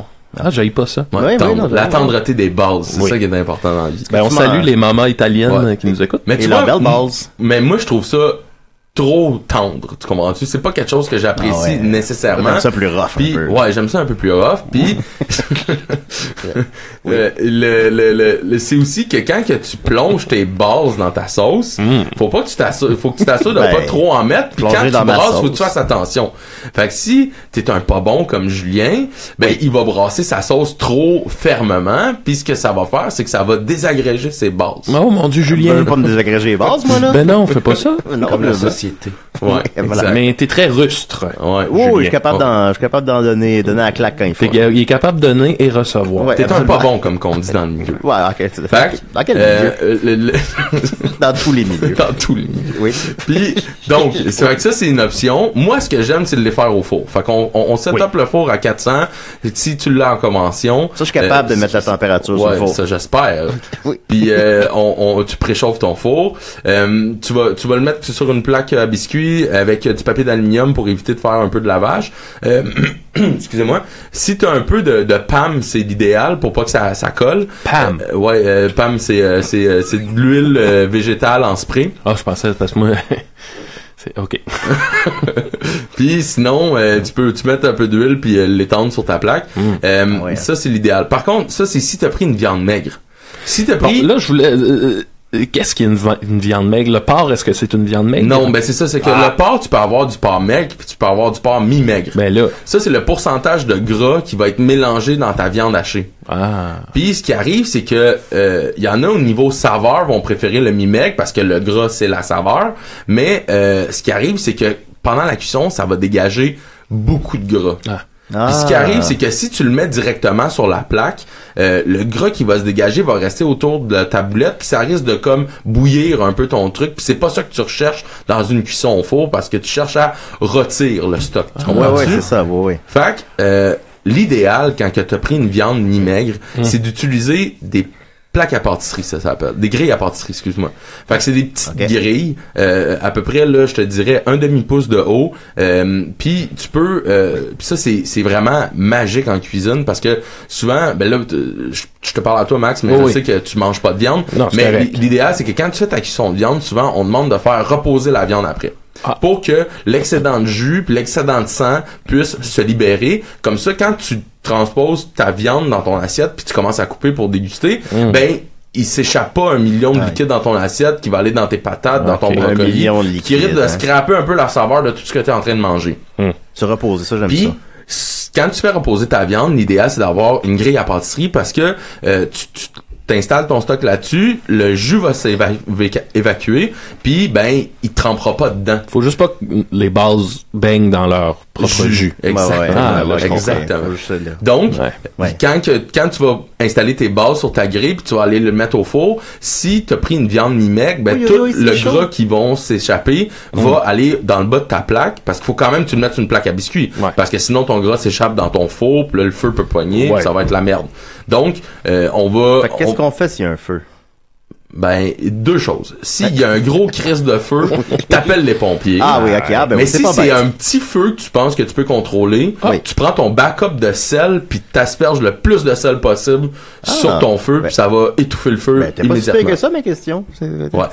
ah j'aille pas ça.
Ouais,
Ouais, ouais,
tendre.
non,
la
vraiment.
tendreté des bases, c'est
Oui.
ça qui est important dans la vie.
Ben, on
Effectivement,
salue
hein.
les mamans italiennes
Ouais.
euh, qui nous écoutent.
Mais
Et leurs belles bases.
mais moi, je trouve ça trop tendre, tu comprends-tu? C'est pas quelque chose que j'apprécie
Ah ouais.
nécessairement.
J'aime ça plus rough
Puis,
un peu.
ouais, j'aime ça un peu plus rough. Puis, le, le, le, le- le- c'est aussi que quand que tu plonges tes bases dans ta sauce, faut pas que tu t'assures, faut que tu t'assures de
Hmm. Ben,
pas trop en mettre. Puis
plonger
quand tu
dans ma
brasses, faut que
sauce.
tu fasses attention. Fait que si t'es un pas bon comme Julien, ben il va brasser sa sauce trop fermement. Puis ce que ça va faire, c'est que ça va désagréger ses bases.
Oh mon dieu,
Je
Julien.
veux Ben, pas me désagréger les bases, moi, là.
Ben non, fais pas ça.
non,
Comme la
là,
société.
Ouais,
Voilà.
exact.
Mais t'es très rustre.
Ouais,
Oh,
Julien.
je suis capable d'en, je suis capable d'en donner, donner la claque quand il faut.
Fait qu'il est capable de donner et recevoir.
Ouais.
T'es un
absolument.
pas bon, comme qu'on dit dans le milieu.
Ouais, ok. c'est-
Fait que,
Dans quel
euh,
milieu?
euh, le- le-
Dans tous les milieux.
dans tous les milieux.
Oui.
Puis, donc, c'est vrai que ça, c'est une option. Moi, ce que j'aime, c'est de les faire au four. Fait qu'on on, on set up le four à 400. Si tu l'as en convention.
Ça, je suis capable
euh,
de mettre la température sur
Ouais,
le four.
ça j'espère.
Oui.
Puis euh, on, on- tu préchauffes ton four. Euh, tu vas tu vas le mettre sur une plaque à biscuits avec euh, du papier d'aluminium pour éviter de faire un peu de lavage. Euh, excusez-moi. Si tu as un peu de, de PAM, c'est l'idéal pour pas que ça ça colle.
Pam.
Euh, ouais, euh, PAM c'est euh, c'est euh, c'est de l'huile euh, végétale en spray.
Ah, je pensais, parce que moi, c'est ok.
Puis sinon, euh, tu peux tu mettre un peu d'huile puis euh, l'étendre sur ta plaque. Euh,
Ouais.
Ça c'est l'idéal. Par contre, ça c'est si t'as pris une viande maigre. Si t'as
Bon,
pris
là, je voulais, euh, euh, qu'est-ce qu'une vi- une viande maigre? Le porc, est-ce que c'est une viande maigre?
Non, ben c'est ça, c'est que le porc, tu peux avoir du porc maigre, puis tu peux avoir du porc mi-maigre.
Ben là,
Ça, c'est le pourcentage de gras qui va être mélangé dans ta viande hachée.
ah.
Puis ce qui arrive, c'est que euh, il y en a au niveau saveur vont préférer le mi-maigre parce que le gras, c'est la saveur. Mais euh, ce qui arrive, c'est que pendant la cuisson, ça va dégager beaucoup de gras.
Ah.
Puis ce qui arrive, c'est que si tu le mets directement sur la plaque, euh, le gras qui va se dégager va rester autour de ta boulette, puis ça risque de comme bouillir un peu ton truc. Puis c'est pas ça que tu recherches dans une cuisson au four, parce que tu cherches à rôtir le stock. Tu
Ah. Ouais,
comprends
ouais, c'est ça, ouais, ouais.
Fait que, euh, l'idéal quand que t'as pris une viande mi maigre,
Mm.
c'est d'utiliser des plaques à pâtisserie, ça s'appelle. Des grilles à pâtisserie, excuse-moi. Fait que c'est des petites
Ok.
grilles, euh, à peu près, là, je te dirais, un demi-pouce de haut. Euh, Puis tu peux... Euh, puis ça, c'est c'est vraiment magique en cuisine parce que souvent, ben là, t- je je te parle à toi, Max, mais
Oui,
je
oui.
sais que tu manges pas de viande.
Non, c'est
mais
correct.
li- l'idéal, c'est que quand tu fais ta cuisson de viande, souvent, on demande de faire reposer la viande après
Ah.
pour que l'excédent de jus puis l'excédent de sang puisse se libérer. Comme ça, quand tu transposes ta viande dans ton assiette puis tu commences à couper pour déguster,
Hmm.
ben il s'échappe pas un million de
Ouais.
liquide dans ton assiette qui va aller dans tes patates, dans ton
Ok, un
Un
brocoli,
million de
qui
liquides.
risque de
hein.
scraper un peu la saveur de tout ce que tu es en train de manger.
Se reposer, ça, j'aime
Puis,
ça.
s- quand tu fais reposer ta viande, l'idéal, c'est d'avoir une grille à pâtisserie parce que euh, tu, tu t'installes ton stock là-dessus, le jus va s'évacuer, puis ben, il te trempera pas dedans.
Faut juste pas que les bases baignent dans leur propre jus.
Exactement.
Ouais, ouais,
Ah,
ouais, je comprends.
exactement.
Faut juste ça, là.
Donc,
Ouais.
Ouais.
quand, que, quand tu vas installer tes bases sur ta grille puis tu vas aller le mettre au four, si tu as pris une viande mi-mec, ben,
Oui, oui,
tout
oui, c'est
le
chaud. Mm.
gras qui vont s'échapper va aller dans le bas de ta plaque parce qu'il faut quand même que tu le mettes sur une plaque à biscuits.
Ouais.
Parce que sinon, ton gras s'échappe dans ton four puis là, le feu peut poigner
Ouais.
puis ça va être la merde. Donc, euh, on va...
Fait que qu'est-ce
on-
qu'on fait s'il y a un feu?
Ben, deux choses. S'il y a un gros crise de feu, t'appelles les pompiers.
Ah oui, ok, ah ben
Mais
oui, c'est
si
pas
c'est
bête.
un petit feu que tu penses que tu peux contrôler,
Ah.
tu prends ton backup de sel puis t'asperges le plus de sel possible sur ton feu
Ben.
puis ça va étouffer le feu
Ben, t'es pas si pire
immédiatement.
que ça, ma question. C'est-
Ouais.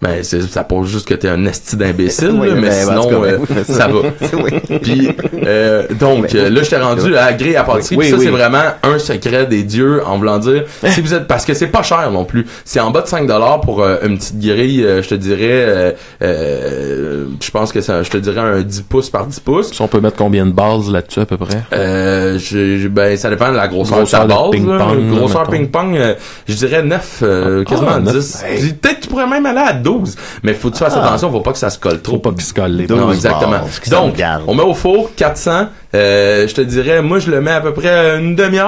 Mais c'est- ça pose juste que t'es un esti d'imbécile,
Oui,
là, mais
ben, en tout cas,
sinon,
ben,
euh,
oui, mais ça-
ça va.
Oui. Ben,
Puis euh, donc
Mais-
euh, là je t'ai rendu à gré à pâtisserie.
Oui,
Puis ça
oui.
c'est vraiment un secret des dieux en voulant dire
Ben.
si vous êtes parce que c'est pas cher non plus. C'est en bas de 5 dollars pour euh, une petite grille, euh, je te dirais euh, euh, je pense que ça je te dirais un 10 pouces par 10 pouces.
Si on peut mettre combien de bases là-dessus à peu près?
Euh, je, je- ben ça dépend de la grosseur,
Grosseur
de ta
de
base, là.
ping-pong, là,
grosseur
mettons.
ping-pong, euh, je dirais 9 euh, quasiment
Ah,
10. Tu- Peut-être tu pourrais même aller à 12, mais faut que tu fasses attention, faut pas que ça se colle trop.
Faut pas qu'ils se collent les
Deux.
Non,
bases.
bars,
exactement.
ce qui
Donc,
s'en garde.
on met au four 400. Euh, je te dirais, moi, je le mets à peu près une demi-heure.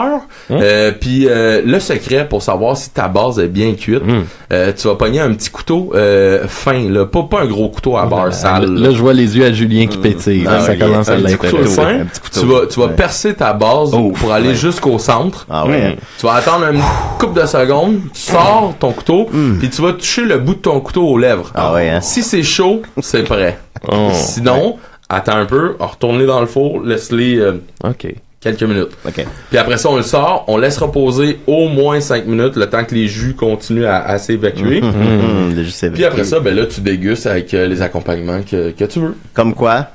Hein?
Euh, puis euh, le secret pour savoir si ta base est bien cuite,
Hein? Hmm.
euh, tu vas pogner un petit couteau euh, fin, là, pas, pas un gros couteau à barre
Ah,
sale.
Là, je vois les yeux à Julien qui pétillent.
Ah,
ça
oui.
commence à
un petit couteau
l'intéresser.
fin,
Un petit couteau.
tu vas, tu vas
Ouais.
percer ta base
Oh,
Ouf,
pour aller
ouais.
jusqu'au centre.
Ah ouais.
Tu vas attendre une couple de secondes, tu sors ton couteau, puis tu vas toucher le bout de ton couteau aux lèvres.
Hmm. Ah ouais, hein?
Si c'est chaud, c'est prêt.
Oh,
Sinon, attends un peu, retourne-les dans le four, laisse-les euh,
ok.
quelques minutes.
Mm.
OK.
Puis après ça, on le sort, on laisse reposer au moins 5 minutes, le temps que les jus continuent à, à s'évacuer.
Mm.
Hum, le jus s'évacue.
Puis après ça, ben là, tu dégustes avec euh, les accompagnements que, que tu veux.
Comme quoi?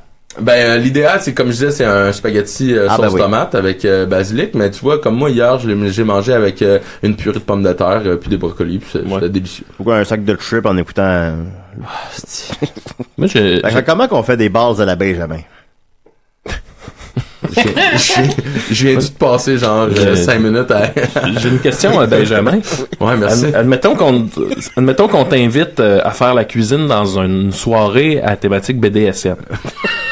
Ben euh, l'idéal c'est comme je disais c'est un spaghetti euh,
Ah,
sauce
ben oui.
tomate avec euh, basilic mais tu vois comme moi hier je l'ai- j'ai mangé avec euh, une purée de pommes de terre euh, puis des brocolis puis c'est-
Ouais.
c'était délicieux.
Pourquoi un sac de trip en écoutant... euh,
Moi, j'ai.
Fait que comment qu'on fait des bases à la Benjamin?
Je viens dû de passer genre
Euh,
5 minutes à
J'ai une question à Benjamin.
Ouais, merci.
Adm- Admettons qu'on admettons qu'on t'invite euh, à faire la cuisine dans une soirée à thématique BDSM.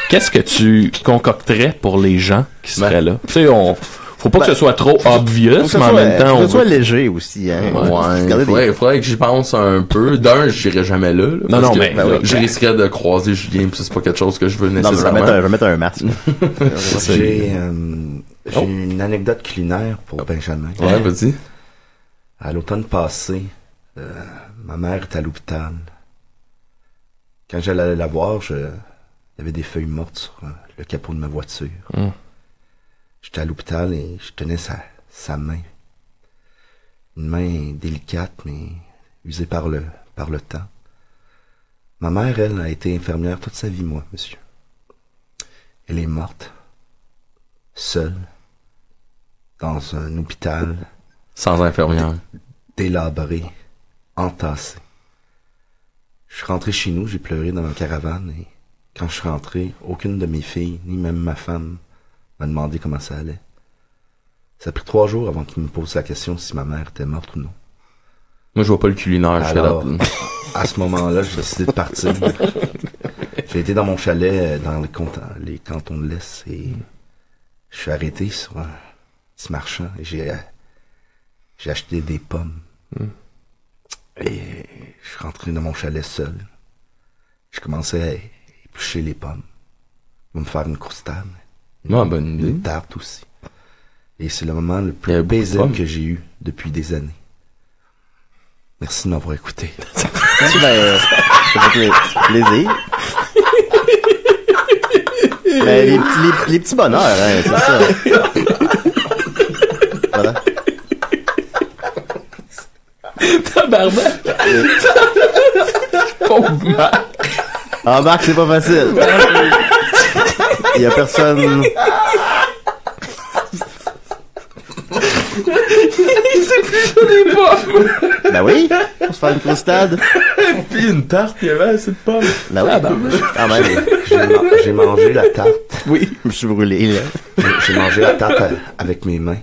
Qu'est-ce que tu concocterais pour les gens qui seraient là Tu sais on faut pas que ce soit trop obvious,
Faut
mais
que ce
en
soit-
même
faut
temps
que
on
ce soit
veut-
léger aussi, hein.
Ouais,
Regardez des-
faudrait, faudrait que j'y pense un peu. D'un, j'irai jamais là. là, parce
non,
que
mais-
je risquerais de croiser Julien, puis c'est pas quelque chose que je veux
Non, mais je vais,
nécessairement.
mettre un, je vais mettre un masque.
J'ai euh, j'ai une anecdote culinaire pour Benjamin.
Oh. Ouais, vas-y.
À l'automne passé, euh, ma mère était à l'hôpital. Quand j'allais la voir, je... il y avait des feuilles mortes sur euh, le capot de ma voiture. J'étais à l'hôpital et je tenais sa, sa main. Une main délicate, mais usée par le, par le temps. Ma mère, elle, a été infirmière toute sa vie, moi, monsieur. Elle est morte. Seule. Dans un hôpital
Sans infirmière.
délabré, entassé. Je suis rentré chez nous, j'ai pleuré dans ma caravane et quand je suis rentré, aucune de mes filles, ni même ma femme, m'a demandé comment ça allait. Ça a pris trois jours avant qu'ils me posent la question si ma mère était morte ou non.
Moi, je vois pas le culinaire. Ah, je fais
Alors,
la-
à ce moment-là, j'ai décidé de partir. J'ai été dans mon chalet euh, dans les, canton- les cantons de l'Est et je suis arrêté sur un petit marchand et j'ai euh, j'ai acheté des pommes.
Hmm.
Et je suis rentré dans mon chalet seul. Je commençais à éplucher les pommes. Je vais me faire une croustade,
Non, Ah, bonne idée.
une tarte aussi. Et c'est le moment
Hmm.
le
Il y
plus
avait beaucoup de
paisible
pommes.
que j'ai eu depuis des années. Merci de m'avoir écouté.
Ben, euh, ça fait pla- plaisir. Ben, les, petits- les- les petits bonheurs, hein, c'est ça. Voilà.
Tabarnak! Pauvre Marc.
Ah, Marc, c'est pas facile. Il y a personne. Ben oui, on se fait une croustade.
Puis une tarte, il y avait assez de pommes. Ah,
Ben oui, quand même.
J'ai ma- j'ai mangé la tarte.
Je me suis brûlé, là.
J'ai- J'ai mangé la tarte à- avec mes mains.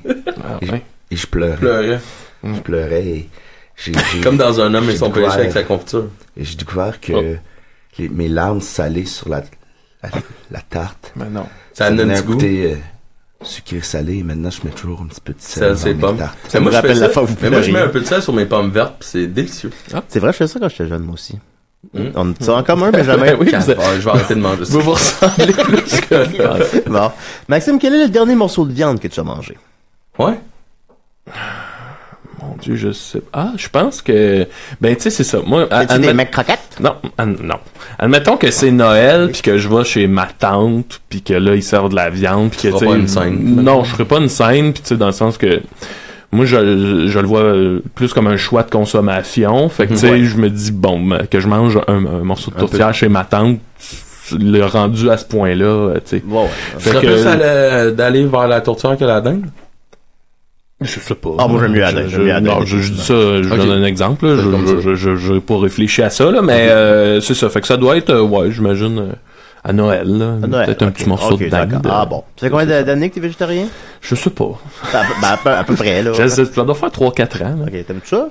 Et, je- et je pleurais.
Pleurais.
Je pleurais et j'ai j'ai-
Comme dans un homme et
j'ai
son péché
découvert-
avec Oh. sa confiture.
et J'ai découvert que les- mes larmes salées sur la, la, la tarte.
Mais non.
Ça donne
donnait
un
un
petit goût.
côté euh, sucré salé. Et maintenant, je mets toujours un petit peu de
Ça,
sel
c'est
dans
bon.
mes tartes.
Mais
me
moi, je
rappelle
fais
la
ça.
fois où vous
Mais moi, je mets
pleuriez.
un peu de sel sur mes pommes vertes, puis c'est délicieux.
C'est vrai, je faisais ça quand j'étais jeune, moi aussi. On est en commun, mais jamais.
Ben oui, vous,
Ah, je vais arrêter de manger ça.
vous vous ressemblez plus que.
Bon. Maxime, quel est le dernier morceau de viande que tu as mangé?
Ouais.
Mon Dieu, je sais. Ah, je pense que. Ben, tu sais, c'est ça. Moi, à-
As-tu des
admet-
mecs croquettes?
Non, an- non. Admettons que c'est Noël, puis que je vais chez ma tante, puis que là, ils servent de la viande, puis que,
Tu feras
tu sais,
pas une scène.
Non, je ferai pas une scène, puis tu sais, dans le sens que... Moi, je, je le vois euh, plus comme un choix de consommation. Fait que, tu sais, je me dis, bon, ben, que je mange un, un morceau de
Un peu.
tourtière chez ma tante, le rendu à ce point-là, euh, tu sais.
Ouais, ouais.
Tu
Fait
serais
que-
plus à la- d'aller vers la tourtière que la dinde?
Je sais pas.
Ah, moi, j'aime mieux la dinde,
Je-
j'aime mieux la dinde.
Non, je, je dis ça, je
Ok.
donne un exemple. là. Je,
Faites comme ça.
je, je, je, je- pas réfléchi à ça, là, mais euh, c'est ça. Fait que ça doit être, euh, ouais, j'imagine, euh, à Noël. là.
Ah, Noël.
Peut-être un
Ok,
petit morceau
ok,
de dinde.
d'accord. Ah bon. Tu sais combien d'a- d'années que t'es végétarien?
Je sais pas.
À, peu- ben, à, peu, à peu près, là.
Je sais- Ça doit faire 3-4 ans. là.
Ok, t'aimes ça?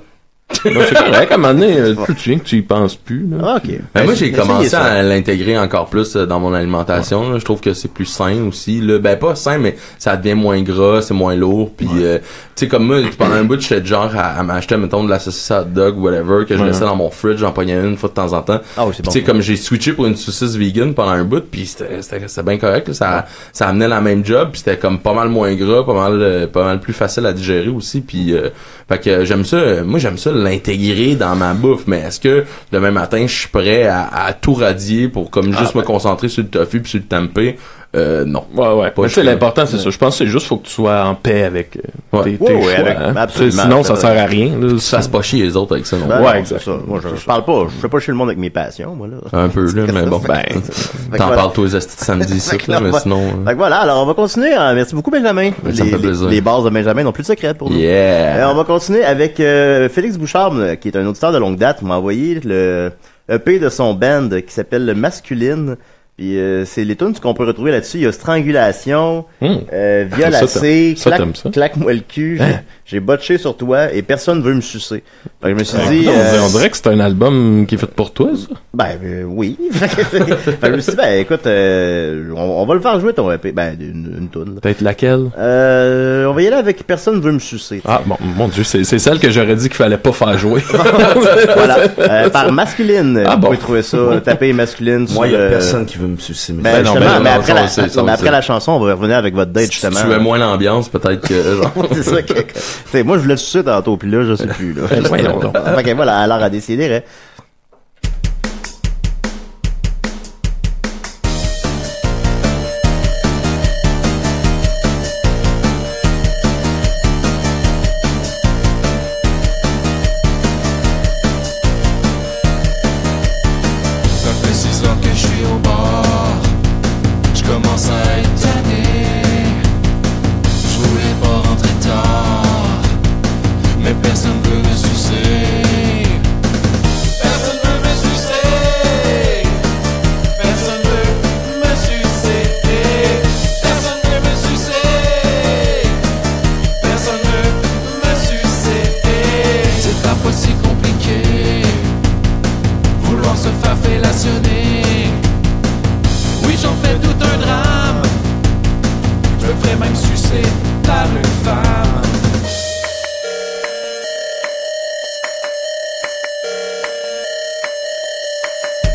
Non, c'est correct. À un moment donné, euh, tu te souviens que tu y penses plus. Là.
Ah, ok.
Ben, moi, j'ai
Essayez
commencé
ça.
à l'intégrer encore plus euh, dans mon alimentation. là. Je trouve que c'est plus sain aussi. Là. Ben, pas sain, mais ça devient moins gras, c'est moins lourd. Puis, euh, tu sais, comme moi, pendant un bout, j'étais du genre à, à m'acheter, mettons, de la saucisse hot dog, whatever, que je
Ouais.
laissais dans mon fridge, j'en pognais une une fois de temps en temps.
Ah oui, c'est
Puis,
bon.
Tu sais, comme j'ai switché pour une saucisse vegan pendant un bout, puis c'était- c'était c'était bien correct. là. Ça, ça amenait la même job, puis c'était comme pas mal moins gras, pas mal, euh, pas mal plus facile à digérer aussi. Puis, euh, fait que euh, j'aime ça. euh, Moi, j'aime ça l'intégrer dans ma bouffe. Mais est-ce que
Ah, ben.
demain matin, je suis prêt à, à tout radier pour comme juste me concentrer sur le tofu puis sur le tempeh euh, non.
Ouais, ouais.
Pas
Mais tu sais,
jusque-là.
l'important, c'est ça. Je pense que c'est juste faut que tu sois en paix avec euh,
Ouais.
tes, tes
Ouais, ouais,
choix.
avec-
hein.
absolument.
Tu sais, Sinon, ça
Ça-
sert à rien. là.
Ça se pas chier les autres avec ça, non?
Ben, non,
Ouais, exact.
c'est ça. Moi, je, je parle pas, je fais pas chez le monde avec mes passions, moi, là.
Un peu, là, mais bon.
Ben,
que
Ah, T'en
voilà.
parles tous les astis de samedi, ça,
Fait que
là,
là,
mais
ouais.
sinon. euh,
Fait que voilà, alors on va continuer. hein. Merci beaucoup, Benjamin.
Oui,
les,
ça me fait
les-
plaisir.
les bases de Benjamin n'ont plus de secret pour
euh,
nous. Euh,
Yeah!
on va continuer avec euh, Félix Bouchard, euh, qui est un auditeur de longue date, m'a envoyé le EP de son band euh, qui s'appelle le Masculine. Puis euh, c'est les tunes qu'on peut retrouver là-dessus. Il y a Strangulation,
Hmm.
euh,
Ça,
Violacé,
t'aimes- ça, t'aimes ça? Hein?
Claque- Claque-moi le cul, j'ai- j'ai botché sur toi et personne veut me sucer. Fait que je me suis dit...
Ah, on, dirait,
euh,
on dirait que c'est un album qui est fait pour toi, ça.
ben euh, oui. Fait que je me suis dit, ben écoute, euh, on, on va le faire jouer ton EP. Ben une, une toune. là.
Peut-être laquelle?
Euh, on va y aller avec Personne veut me sucer.
Ah, bon, mon Dieu, c'est c'est celle que j'aurais dit qu'il fallait pas faire jouer.
voilà. Euh, par masculine.
Ah
vous
bon.
pouvez trouver ça. Taper masculine sur
Moi, il y
euh,
a
le-
personne qui veut me sucer. mais-
Ben,
Ben non,
justement,
ben non,
mais
non,
après,
ça, on
la,
le sait, ça, on
mais
le
après
sait.
la chanson, on va revenir avec votre date,
Si tu
justement. euh,
veux moins l'ambiance, peut-être que, genre.
c'est ça que, que- tu sais, moi je voulais sucer tantôt, puis là je sais plus. Là.
Ben, voyons donc.
fait que voilà, alors à décider. hein.
Ça fait six ans que je suis au bord. Je commence à être tanné. Je voulais pas rentrer tard. Mais personne veut me sucer. Personne veut me sucer. Personne veut me sucer. Personne veut me sucer. Personne veut me sucer. C'est pas possible compliqué vouloir se faire fellationner. Oui, j'en fais tout un drame. Je me ferais même sucer par une femme.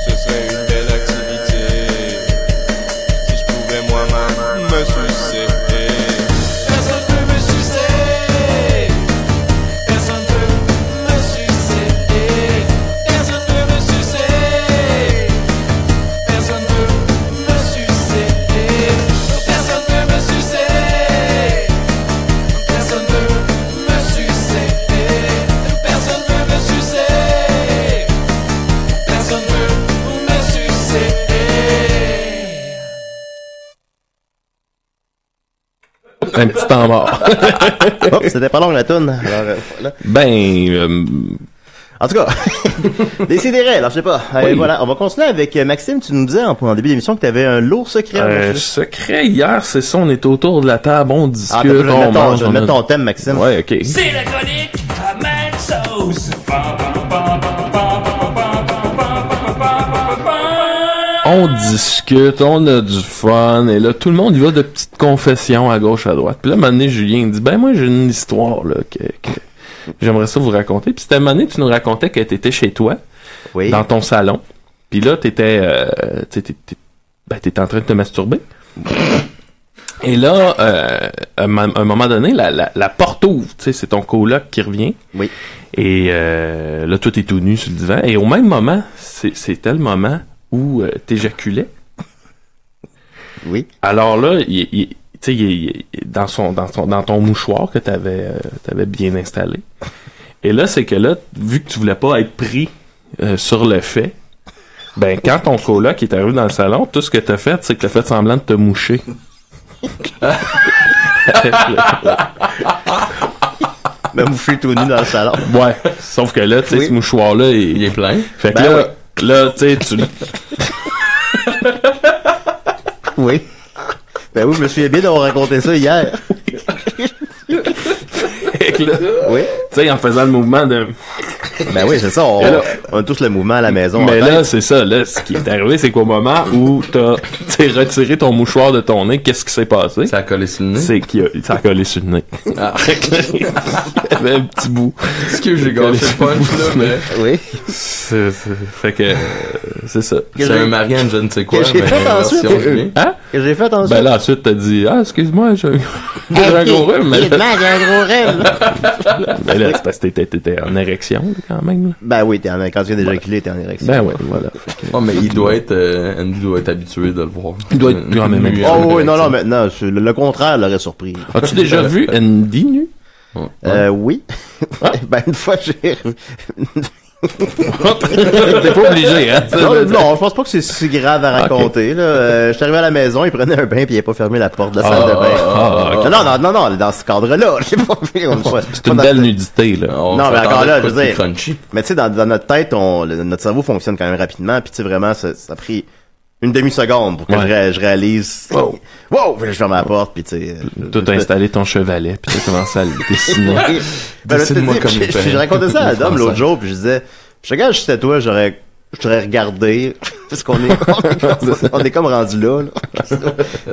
Ce serait une belle activité si je pouvais moi-même me sucer. Personne peut me sucer. Personne ne me sucer, personne ne me sucer, personne ne me sucer, personne ne me sucer, personne ne me sucer, personne ne me sucer, personne ne me sucer.
un petit temps mort.
Hop, c'était pas long la toune. Alors, euh, voilà.
Ben, euh,
En tout cas, décider. Alors je sais pas. Allez, voilà, on va continuer avec euh, Maxime. Tu nous disais en, en début d'émission que tu avais un lourd secret.
un euh, secret hier, c'est ça, on est autour de la table, on discute,
ah, t'as- je vais
on
mettre ton-
mange,
je vais
on
mettre
a-
ton thème, Maxime.
Ouais, ok.
C'est la chronique à Mad Sauce.
On discute, on a du fun, et là, tout le monde y va de petites confessions à gauche, à droite. Puis là, un moment donné, Julien il dit, ben moi, j'ai une histoire, là, que, que j'aimerais ça vous raconter. Puis c'était un moment donné, tu nous racontais que t'étais chez toi,
Oui.
dans ton salon, puis là, t'étais, euh, t'sais, t'es- t'es- ben, t'étais en train de te masturber. Et là, euh, à un mo- un moment donné, la, la, la porte ouvre, tu sais, c'est ton coloc qui revient.
Oui.
Et euh, là, toi, t'es tout nu sur le divan. Et au même moment, c'est- c'était le moment où euh, t'éjaculais.
Oui.
Alors là, il, il- tu sais, il- il- dans son, dans son, dans ton mouchoir que t'avais, euh, t'avais bien installé. Et là, c'est que là, vu que tu voulais pas être pris euh, sur le fait, ben quand ton coloc est arrivé dans le salon, tout ce que t'as fait, c'est que t'as fait semblant de te moucher.
Même mouché tout nu dans le salon.
ouais. Sauf que là, tu sais,
Oui.
ce mouchoir-là, il,
Il est plein.
Fait que
Ben
là, là, tu sais, tu.
Oui. Ben oui, je me souviens bien d'avoir raconté ça hier.
fait que là, tu
Oui.
sais, en faisant le mouvement de.
Ben oui, c'est ça. On, on a tous le mouvement à la maison.
Mais
en tête.
là, c'est ça. Là, ce qui est arrivé, c'est qu'au moment où t'as tu sais, retiré ton mouchoir de ton nez, qu'est-ce qui s'est passé?
Ça a collé sur le nez.
C'est qu'il a, ça a collé sur le nez. Fait que là, il y avait un petit bout.
Excuse, j'ai gâché le punch, là, mais.
Ah, oui.
C'est- c'est- Fait que euh, c'est ça.
Que
C'est
j'ai-
un Marianne, je ne sais quoi,
que j'ai
mais
fait
version
ensuite.
Jimmy.
Hein?
Que j'ai fait ensuite.
Ben là, ensuite, t'as dit, ah, excuse-moi, j'ai un j'ai un gros rhume. Mais Ben là,
Évidemment, j'ai un gros rêve.
ben là, c'est parce que t'étais- t'étais en érection, là, quand même. là.
Ben oui, t'es en, quand tu viens d'éjaculer, t'es en érection.
Ben ouais, voilà.
Oh, mais il doit être, euh, Andy doit être habitué de le voir.
Il doit être- Ah, mais même-
Lui,
Oh
euh,
oui, non, non, maintenant, je- le, le contraire l'aurait surpris.
As-tu déjà vu Andy nu?
Euh, oui.
Ah.
ben, une fois, j'ai...
T'es pas obligé, hein?
Non, non, je pense pas que c'est si grave
Ah,
à raconter. Là. Euh, je suis arrivé à la maison, il prenait un bain puis il avait pas fermé la porte de la salle de bain.
ah,
Non, non, non, non, non, dans ce cadre-là, j'ai pas vu. on-
C'est une
pas
belle
dans-
nudité, là.
on
Non, mais
s'attendait
encore là,
à quoi
je
Oh,
veux
de plus
dire-
Crunchy.
Mais tu sais, dans, dans notre tête, on, le- notre cerveau fonctionne quand même rapidement, puis tu sais, vraiment, ça, ça a pris une demi-seconde pour que
Ouais.
je, ré- je réalise. Wow! Wow! Puis là, Je ferme la porte, puis tu sais. je-
Toi, t'as
je-
installé ton chevalet, puis t'as commencé à le dessiner.
Ben, là, je te
Dessine-moi
dis,
comme
je-
les
je- je
parents.
racontais ça à
Les
Adam l'autre
Français.
jour, puis je disais, je regarde, j'étais toi, j'aurais, je t'aurais regardé, parce qu'on est, on est comme- on est comme rendu là, là.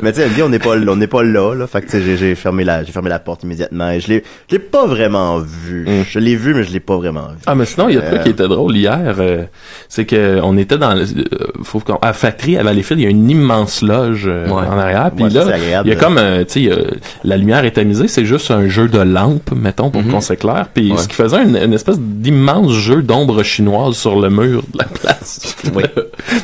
Mais tu sais, elle me dit, on n'est pas, là- on n'est pas là, là. Fait que tu sais, j'ai- j'ai fermé la, j'ai fermé la porte immédiatement, et je l'ai, je l'ai pas vraiment vu.
Mm.
Je l'ai vu, mais je l'ai pas vraiment vu.
Ah mais sinon il y a de quoi
Euh,
qui était drôle hier, euh, c'est que on était dans le, euh, faut qu'on à Fatry à Valleyfield, il y a une immense loge euh,
Ouais.
en arrière puis
Ouais, ça,
là
c'est agréable.
il y a comme euh, tu sais euh, la lumière est tamisée, c'est juste un jeu de lampes mettons pour qu'on s'éclaire puis
Ouais.
ce qui faisait une, une espèce d'immense jeu d'ombre chinoise sur le mur de la place.
Oui.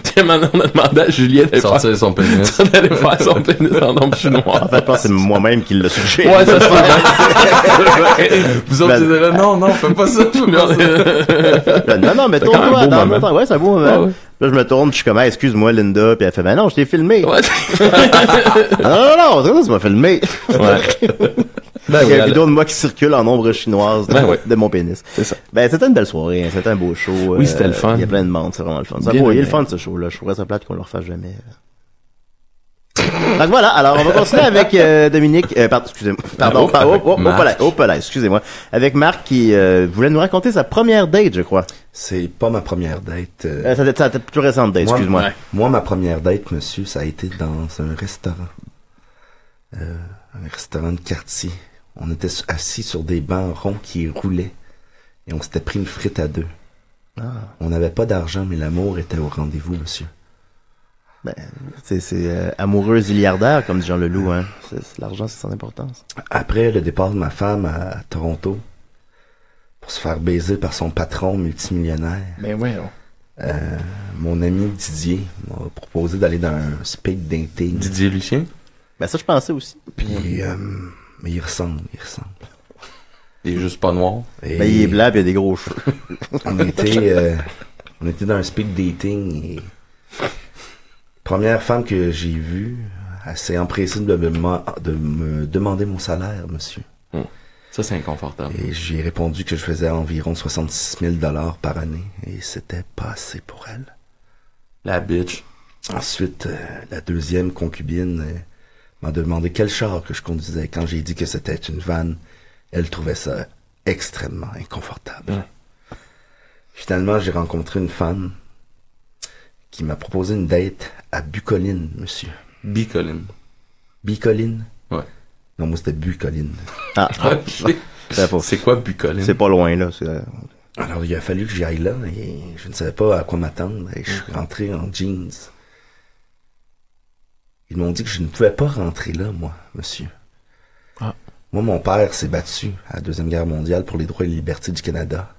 puis maintenant on a demandé à Julien de faire,
Sortir son pénis.
d'aller faire son pénis en ombre
En
chinoise.
fait, je pense que c'est moi-même qui l'ai suggéré.
Ouais, ça se fait.
Vous autres,
Ben-
vous direz, non, non, fais pas ça, fais pas ça.
Là, non, non, mais
C'est
tourne-toi,
quand même un beau
attends,
moment.
attends, ouais, c'est un beau moment.
Ah ouais.
Puis Là, je me tourne, puis je suis comme, Ah, excuse-moi, Linda, puis elle fait, ben non, je t'ai filmé.
Ouais.
Non, non, non, non, tu m'as filmé.
Ouais.
Il y a une
elle-
vidéo de moi qui circule en ombre chinoise de,
Ben ouais.
de mon pénis.
C'est ça.
Ben, c'était une belle soirée, hein, c'était un beau show.
Oui, c'était le fun.
Il y a plein de monde, c'est vraiment le fun. Ça,
Bien
bon, il est le
aimé.
fun, ce show-là. Je trouverais ça plate qu'on le refasse jamais. Donc voilà, alors on va continuer avec euh, Dominique, euh, pardon, excusez-moi, pardon,
Ah, oh,
par- oh,
avec
oh, oh,
Marc.
pas là, oh, pas là, excusez-moi, avec Marc qui euh, voulait nous raconter sa première date, je crois.
C'est pas ma première date. euh,
Euh, ça date- ça date plus récente date,
moi-
excuse-moi.
Moi, ma première date, monsieur, ça a été dans un restaurant. Euh, un restaurant de quartier. On était s- assis sur des bancs ronds qui roulaient. Et on s'était pris une frite à deux.
Ah,
On n'avait pas d'argent, mais l'amour était au rendez-vous, monsieur.
C'est c'est, euh, amoureuse milliardaire, comme dit Jean Leloup, hein. C'est- c'est- L'argent, c'est son importance.
Après le départ de ma femme à Toronto, pour se faire baiser par son patron multimillionnaire, euh,
Ben ouais.
mon ami Didier m'a proposé d'aller dans un speed dating.
Didier Lucien?
Ben ça, je pensais aussi.
Puis, euh, mais il ressemble, il ressemble.
Il est juste pas noir.
Et
Ben il est blanc, pis il a des gros cheveux.
On était, euh, on était dans un speed dating et première femme que j'ai vue, elle s'est empressée de me, de me demander mon salaire, monsieur.
Ça, c'est inconfortable.
Et j'ai répondu que je faisais environ 66 000 dollars par année et c'était pas assez pour elle.
La bitch.
Ensuite, euh, la deuxième concubine euh, m'a demandé quel char que je conduisais. Quand j'ai dit que c'était une vanne, elle trouvait ça extrêmement inconfortable. Finalement, j'ai rencontré une femme qui m'a proposé une date à Bucoline, monsieur.
Bicoline.
Bicoline?
Ouais.
Non, moi, c'était Bucoline.
Ah, c'est pas
C'est quoi Bucoline?
C'est pas loin, là. c'est-
Alors, il a fallu que j'aille là et je ne savais pas à quoi m'attendre et je suis rentré en jeans. Ils m'ont dit que je ne pouvais pas rentrer là, moi, monsieur. Moi, mon père s'est battu à la Deuxième Guerre mondiale pour les droits et libertés du Canada.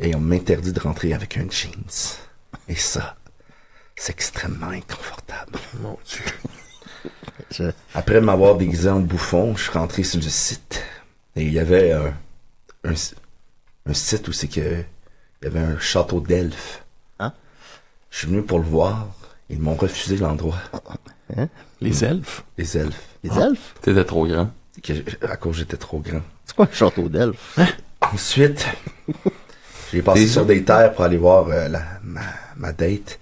Et on m'interdit de rentrer avec un jeans. Et ça, c'est extrêmement inconfortable.
je-
Après m'avoir déguisé en bouffon, je suis rentré sur le site. Et il y avait un, un, si- un site où c'est que il y avait un château d'elfes.
Hein?
Je suis venu pour le voir. Ils m'ont refusé l'endroit.
Les elfes.
Les elfes.
Ah.
Les elfes?
T'étais trop grand.
C'est Que je- à cause j'étais trop grand.
C'est quoi un château d'elfes?
Ensuite, j'ai passé sur des terres pour aller voir euh, la- ma, ma date.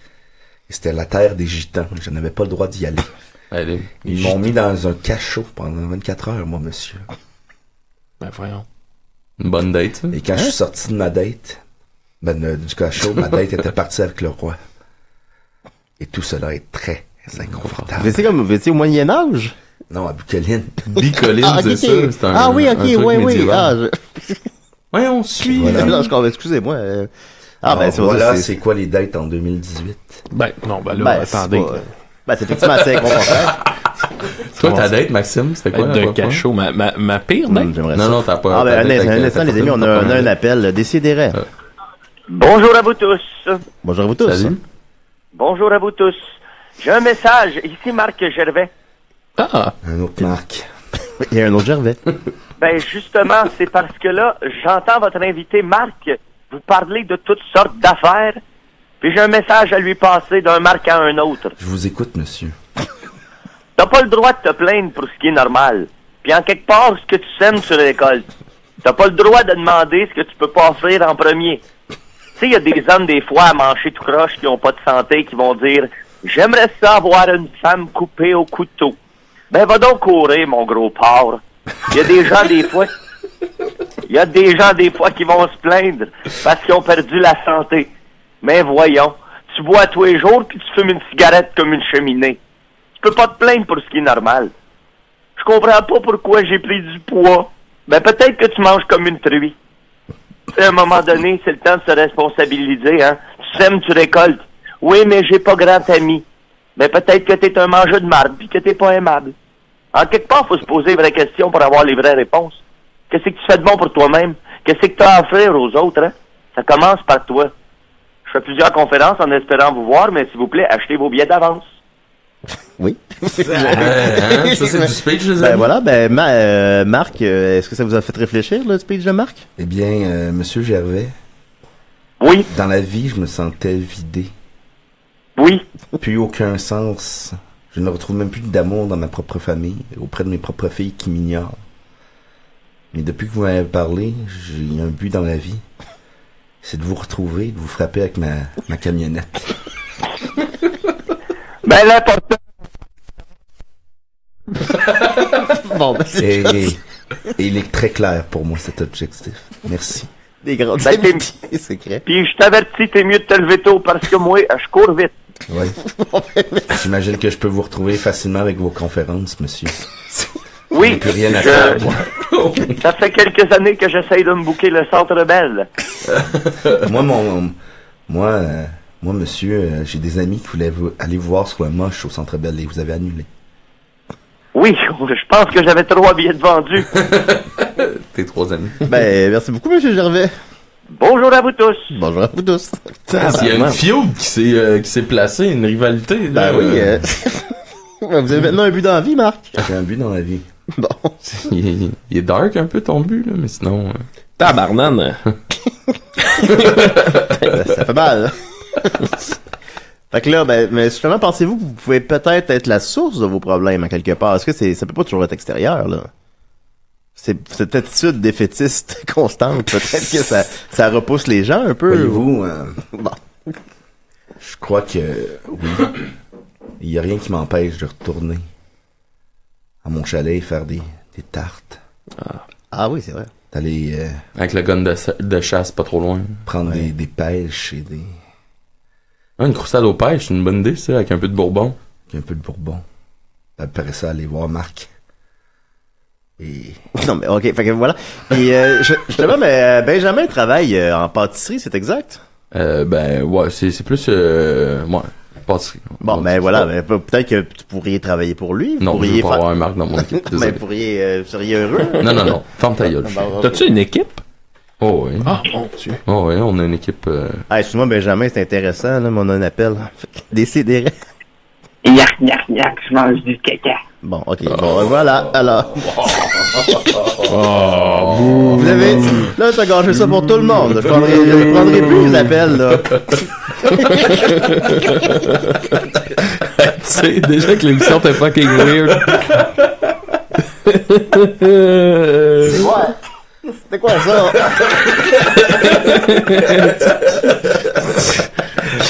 Et C'était la terre des gitans. Je n'avais pas le droit d'y aller.
Allez.
Ils m'ont mis dans un cachot pendant 24 heures, moi, monsieur.
Ben voyons.
Une bonne date, ça.
Et quand je
Hein?
suis sorti de ma date, ben, euh, du cachot, ma date était partie avec le roi. Et tout cela est très
Mais
inconfortable.
c'est comme, mais c'est au Moyen-Âge?
Non, à Bucaline.
Bicoline, c'est ça. C'est un,
ah oui,
un
ok,
truc
oui, ah. oui.
médiéval.
Ah, je...
Ouais, on suit.
Non, je comprends, excusez-moi. euh, Ah, ben,
Alors,
c'est
voilà,
ça,
c'est quoi les dates en 2018?
Ben, non, ben là,
Ben, c'est
attendez.
pas- Ben, c'est effectivement assez inconfortable.
Toi, ta date, Maxime, c'était quoi?
Être
la
d'un
fois?
cachot, ma, ma, ma pire date.
Hum, J'aimerais
Non,
ça.
non, t'as pas.
Ah, ben,
ta
un
date
instant,
avec-
un instant,
ta
les amis,
copine,
on a
t'as
un,
pas Euh.
on a un
une-
appel. Décidérez.
Bonjour à vous tous.
Bonjour à vous tous.
Salut.
Bonjour à vous tous. J'ai un message. Ici Marc Gervais.
Ah,
Un autre marque.
Il y a un autre Gervais.
Ben justement, c'est parce que là, j'entends votre invité Marc vous parler de toutes sortes d'affaires. Puis j'ai un message à lui passer d'un Marc à un autre.
Je vous écoute, monsieur.
T'as pas le droit de te plaindre pour ce qui est normal. Puis en quelque part, ce que tu sèmes, tu récoltes. T'as pas le droit de demander ce que tu peux pas offrir en premier. Tu sais, il y a des hommes, des fois, à manger tout croche, qui ont pas de santé, qui vont dire « J'aimerais ça avoir une femme coupée au couteau. » Ben, va donc courir, mon gros porc. Il y a des gens, des fois... Il y a des gens, des fois, qui vont se plaindre parce qu'ils ont perdu la santé. Mais voyons, tu bois tous les jours puis tu fumes une cigarette comme une cheminée. Tu peux pas te plaindre pour ce qui est normal. Je comprends pas pourquoi j'ai pris du poids. Ben peut-être que tu manges comme une truie. Tu sais, à un moment donné, c'est le temps de se responsabiliser, hein. Tu sèmes, tu récoltes. Oui, mais j'ai pas grand ami. Ben peut-être que t'es un mangeur de marde puis que t'es pas aimable. En quelque part, faut se poser les vraies questions pour avoir les vraies réponses. Qu'est-ce que tu fais de bon pour toi-même? Qu'est-ce que t'as à offrir aux autres, hein? Ça commence par toi. Je fais plusieurs conférences en espérant vous voir, mais s'il vous plaît, achetez vos billets d'avance.
Oui.
Ouais, hein, Ça, c'est du speech, les
Ben
amis.
voilà, ben Ma- euh, Marc, euh, est-ce que ça vous a fait réfléchir, le speech de Marc?
Eh bien, euh, monsieur Gervais,
Oui,
dans la vie, je me sentais vidé.
oui.
Plus aucun sens. Je ne retrouve même plus d'amour dans ma propre famille, auprès de mes propres filles qui m'ignorent. Mais depuis que vous m'avez parlé, j'ai un but dans la vie. C'est de vous retrouver, de vous frapper avec ma, ma camionnette.
Ben l'important,
Bon, ben, c'est
Et, et il est très clair pour moi cet objectif. Merci.
des grandes
Ben, t'es-
amitiés secrets.
Puis je t'avertis, t'es mieux de te lever tôt parce que moi, je cours vite.
Ouais.
ben,
J'imagine que je peux vous retrouver facilement avec vos conférences, monsieur.
Oui,
Plus rien à
je-
faire. moi.
ça fait quelques années que j'essaye de me bouquer le centre belle.
moi, mon, moi, euh, moi, monsieur, euh, j'ai des amis qui voulaient vous- aller vous voir sur le moche au Centre Bell et vous avez annulé.
Oui, je pense que j'avais trois billets de vendus.
Tes trois amis.
Ben, merci beaucoup, monsieur Gervais.
Bonjour à vous tous.
Bonjour à vous tous. Ah,
Il y a une fiode qui s'est euh, qui s'est placée, une rivalité. là.
Ben oui, euh, ben, vous avez maintenant un but d'envie, Marc.
J'ai un but dans la vie.
Bon. hein.
Il, est- il est dark un peu ton but, là, mais sinon. euh,
tabarnane.
Ça fait mal. fait que là, ben, mais justement, pensez-vous que vous pouvez peut-être être la source de vos problèmes à quelque part? Est-ce que c'est, ça peut pas toujours être extérieur, là? C'est, cette attitude défaitiste constante, peut-être que ça, ça repousse les gens un peu. ou-
Voyez-vous, euh,
Bon.
je crois que oui, il y a rien qui m'empêche de retourner à mon chalet et faire des, des tartes,
Ah oui, c'est vrai.
d'aller euh,
Avec le gun de, sa- de chasse pas trop loin.
prendre des, des pêches et des
Ah, une croustade aux pêches, c'est une bonne idée, ça, avec un peu de bourbon.
avec un peu de bourbon. Après ça, aller voir Marc. Et
Non, mais ok, fait que voilà. Et euh, je- justement, mais euh, Benjamin travaille euh, en pâtisserie, c'est exact?
Euh, ben, ouais, c'est c'est plus. Euh, ouais, pâtisserie.
Bon, ben voilà, ben, pe- peut-être que tu pourriez travailler pour lui. Vous
Non, je
pourriez
veux pas avoir un marque dans mon équipe.
Mais Ah, bah,
désolé.
vous pourriez, euh, vous seriez heureux.
Non, non, non. Ferme ta gueule. chien.
T'as-tu une équipe?
Oh, oui.
Ah, mon Dieu.
Oh, oui, on a une équipe. euh,
Ah, excuse-moi, Benjamin, c'est intéressant, là, mais on a un appel. Décidérez.
Yak, yak, yak, je mange du caca.
Bon, ok, bon, voilà, alors.
Oh,
Vous avez. Là, t'as gâché ça pour tout le monde. Je prendrai, je prendrai plus les appels, là.
tu sais, déjà que l'émission était fucking weird. Euh,
Ouais. C'était quoi ça?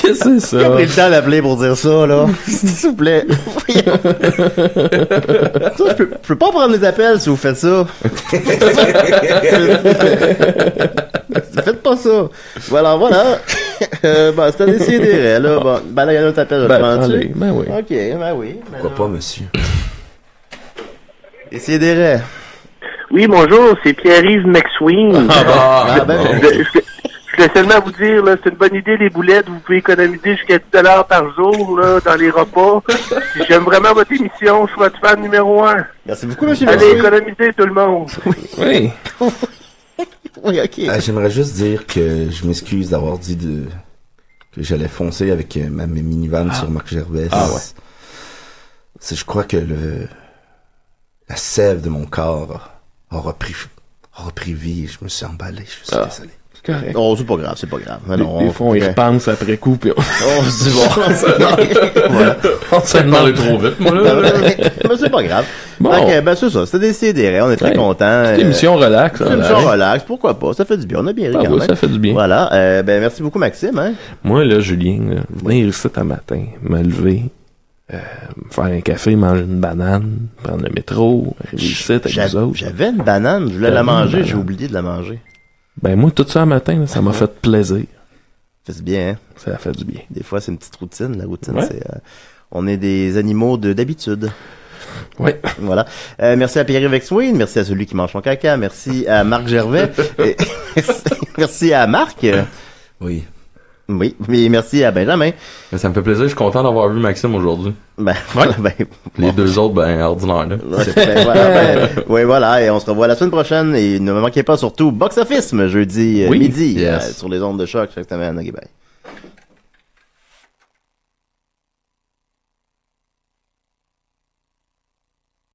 Qu'est-ce que c'est
Qui a
ça?
pris le temps d'appeler pour dire ça, là? S'il vous plaît. Voyons. ça, je peux, je peux pas prendre les appels si vous faites ça. faites pas ça. Voilà, voilà. Euh, bon, c'était décidé, là. Bon, ben là, il y a un autre appel, je
Ben,
prends-tu?
allez, ben oui.
Ok, ben oui. Ben
pourquoi pas, monsieur?
Décidérez.
Oui, bonjour, c'est Pierre-Yves McSween.
Ah, ben,
Je, je-
voulais seulement vous dire, là, c'est une bonne idée, les boulettes. Vous pouvez économiser jusqu'à 10 par jour là, dans les repas. Puis J'aime vraiment votre émission. Je suis votre fan numéro un.
Merci beaucoup, monsieur.
Allez
Mercier.
économiser, tout le monde.
Oui.
Oui, ok.
Ah, J'aimerais juste dire que je m'excuse d'avoir dit de... que j'allais foncer avec euh, ma minivan sur Marc Gervais.
Ah, ouais.
C'est- Je crois que le... la sève de mon corps a repris, a repris vie et je me suis emballé. Je suis
Ah.
désolé.
C'est correct.
Oh, c'est pas grave, c'est pas grave. Mais
Des,
non,
des
on- Oh,
fois, on y repense après coup, puis on,
on se dit bon. voilà.
on se
Peut-être parler
demande...
trop vite, moi, là.
Euh, Mais c'est pas grave.
Bon.
Fait que, ben, c'est ça. C'était décidé. On est très
Ouais.
contents.
Petite
Euh,
émission relax.
C'est
hein,
une
là,
émission
hein.
relax, pourquoi pas? Ça fait du bien, on a bien ri
Ah
quand
ouais,
même.
ça fait du bien.
Voilà, euh, ben merci beaucoup Maxime. Hein?
Moi, là, Julien, là, venir ici un matin, me lever, euh, me faire un café, manger une banane, prendre le métro, arriver ici avec
J'a-
vous autres.
J'avais une banane, je voulais
T'avais
la
une
manger,
banane.
j'ai oublié de la manger.
Ben, moi, tout ça un matin, là, ça m'a fait plaisir.
C'est bien, hein?
Ça a fait du bien.
des fois c'est une petite routine, la routine
Ouais.
c'est... euh, on est des animaux de d'habitude.
Ouais.
Voilà. Euh, merci à Pierre-Yves Exwin, merci à celui qui mange son caca, merci à Marc Gervais, et- merci, merci à Marc, euh,
Oui.
oui, mais merci à Benjamin.
Mais ça me fait plaisir, je suis content d'avoir vu Maxime aujourd'hui.
Ben, voilà, ben,
Les deux autres, ben, ordinaires, là.
Ben, voilà, ben, oui, voilà, et on se revoit la semaine prochaine. Et ne manquez pas surtout Box Office, jeudi euh,
Oui,
midi,
yes.
euh, sur les ondes de choc chaque semaine. Ok, bye.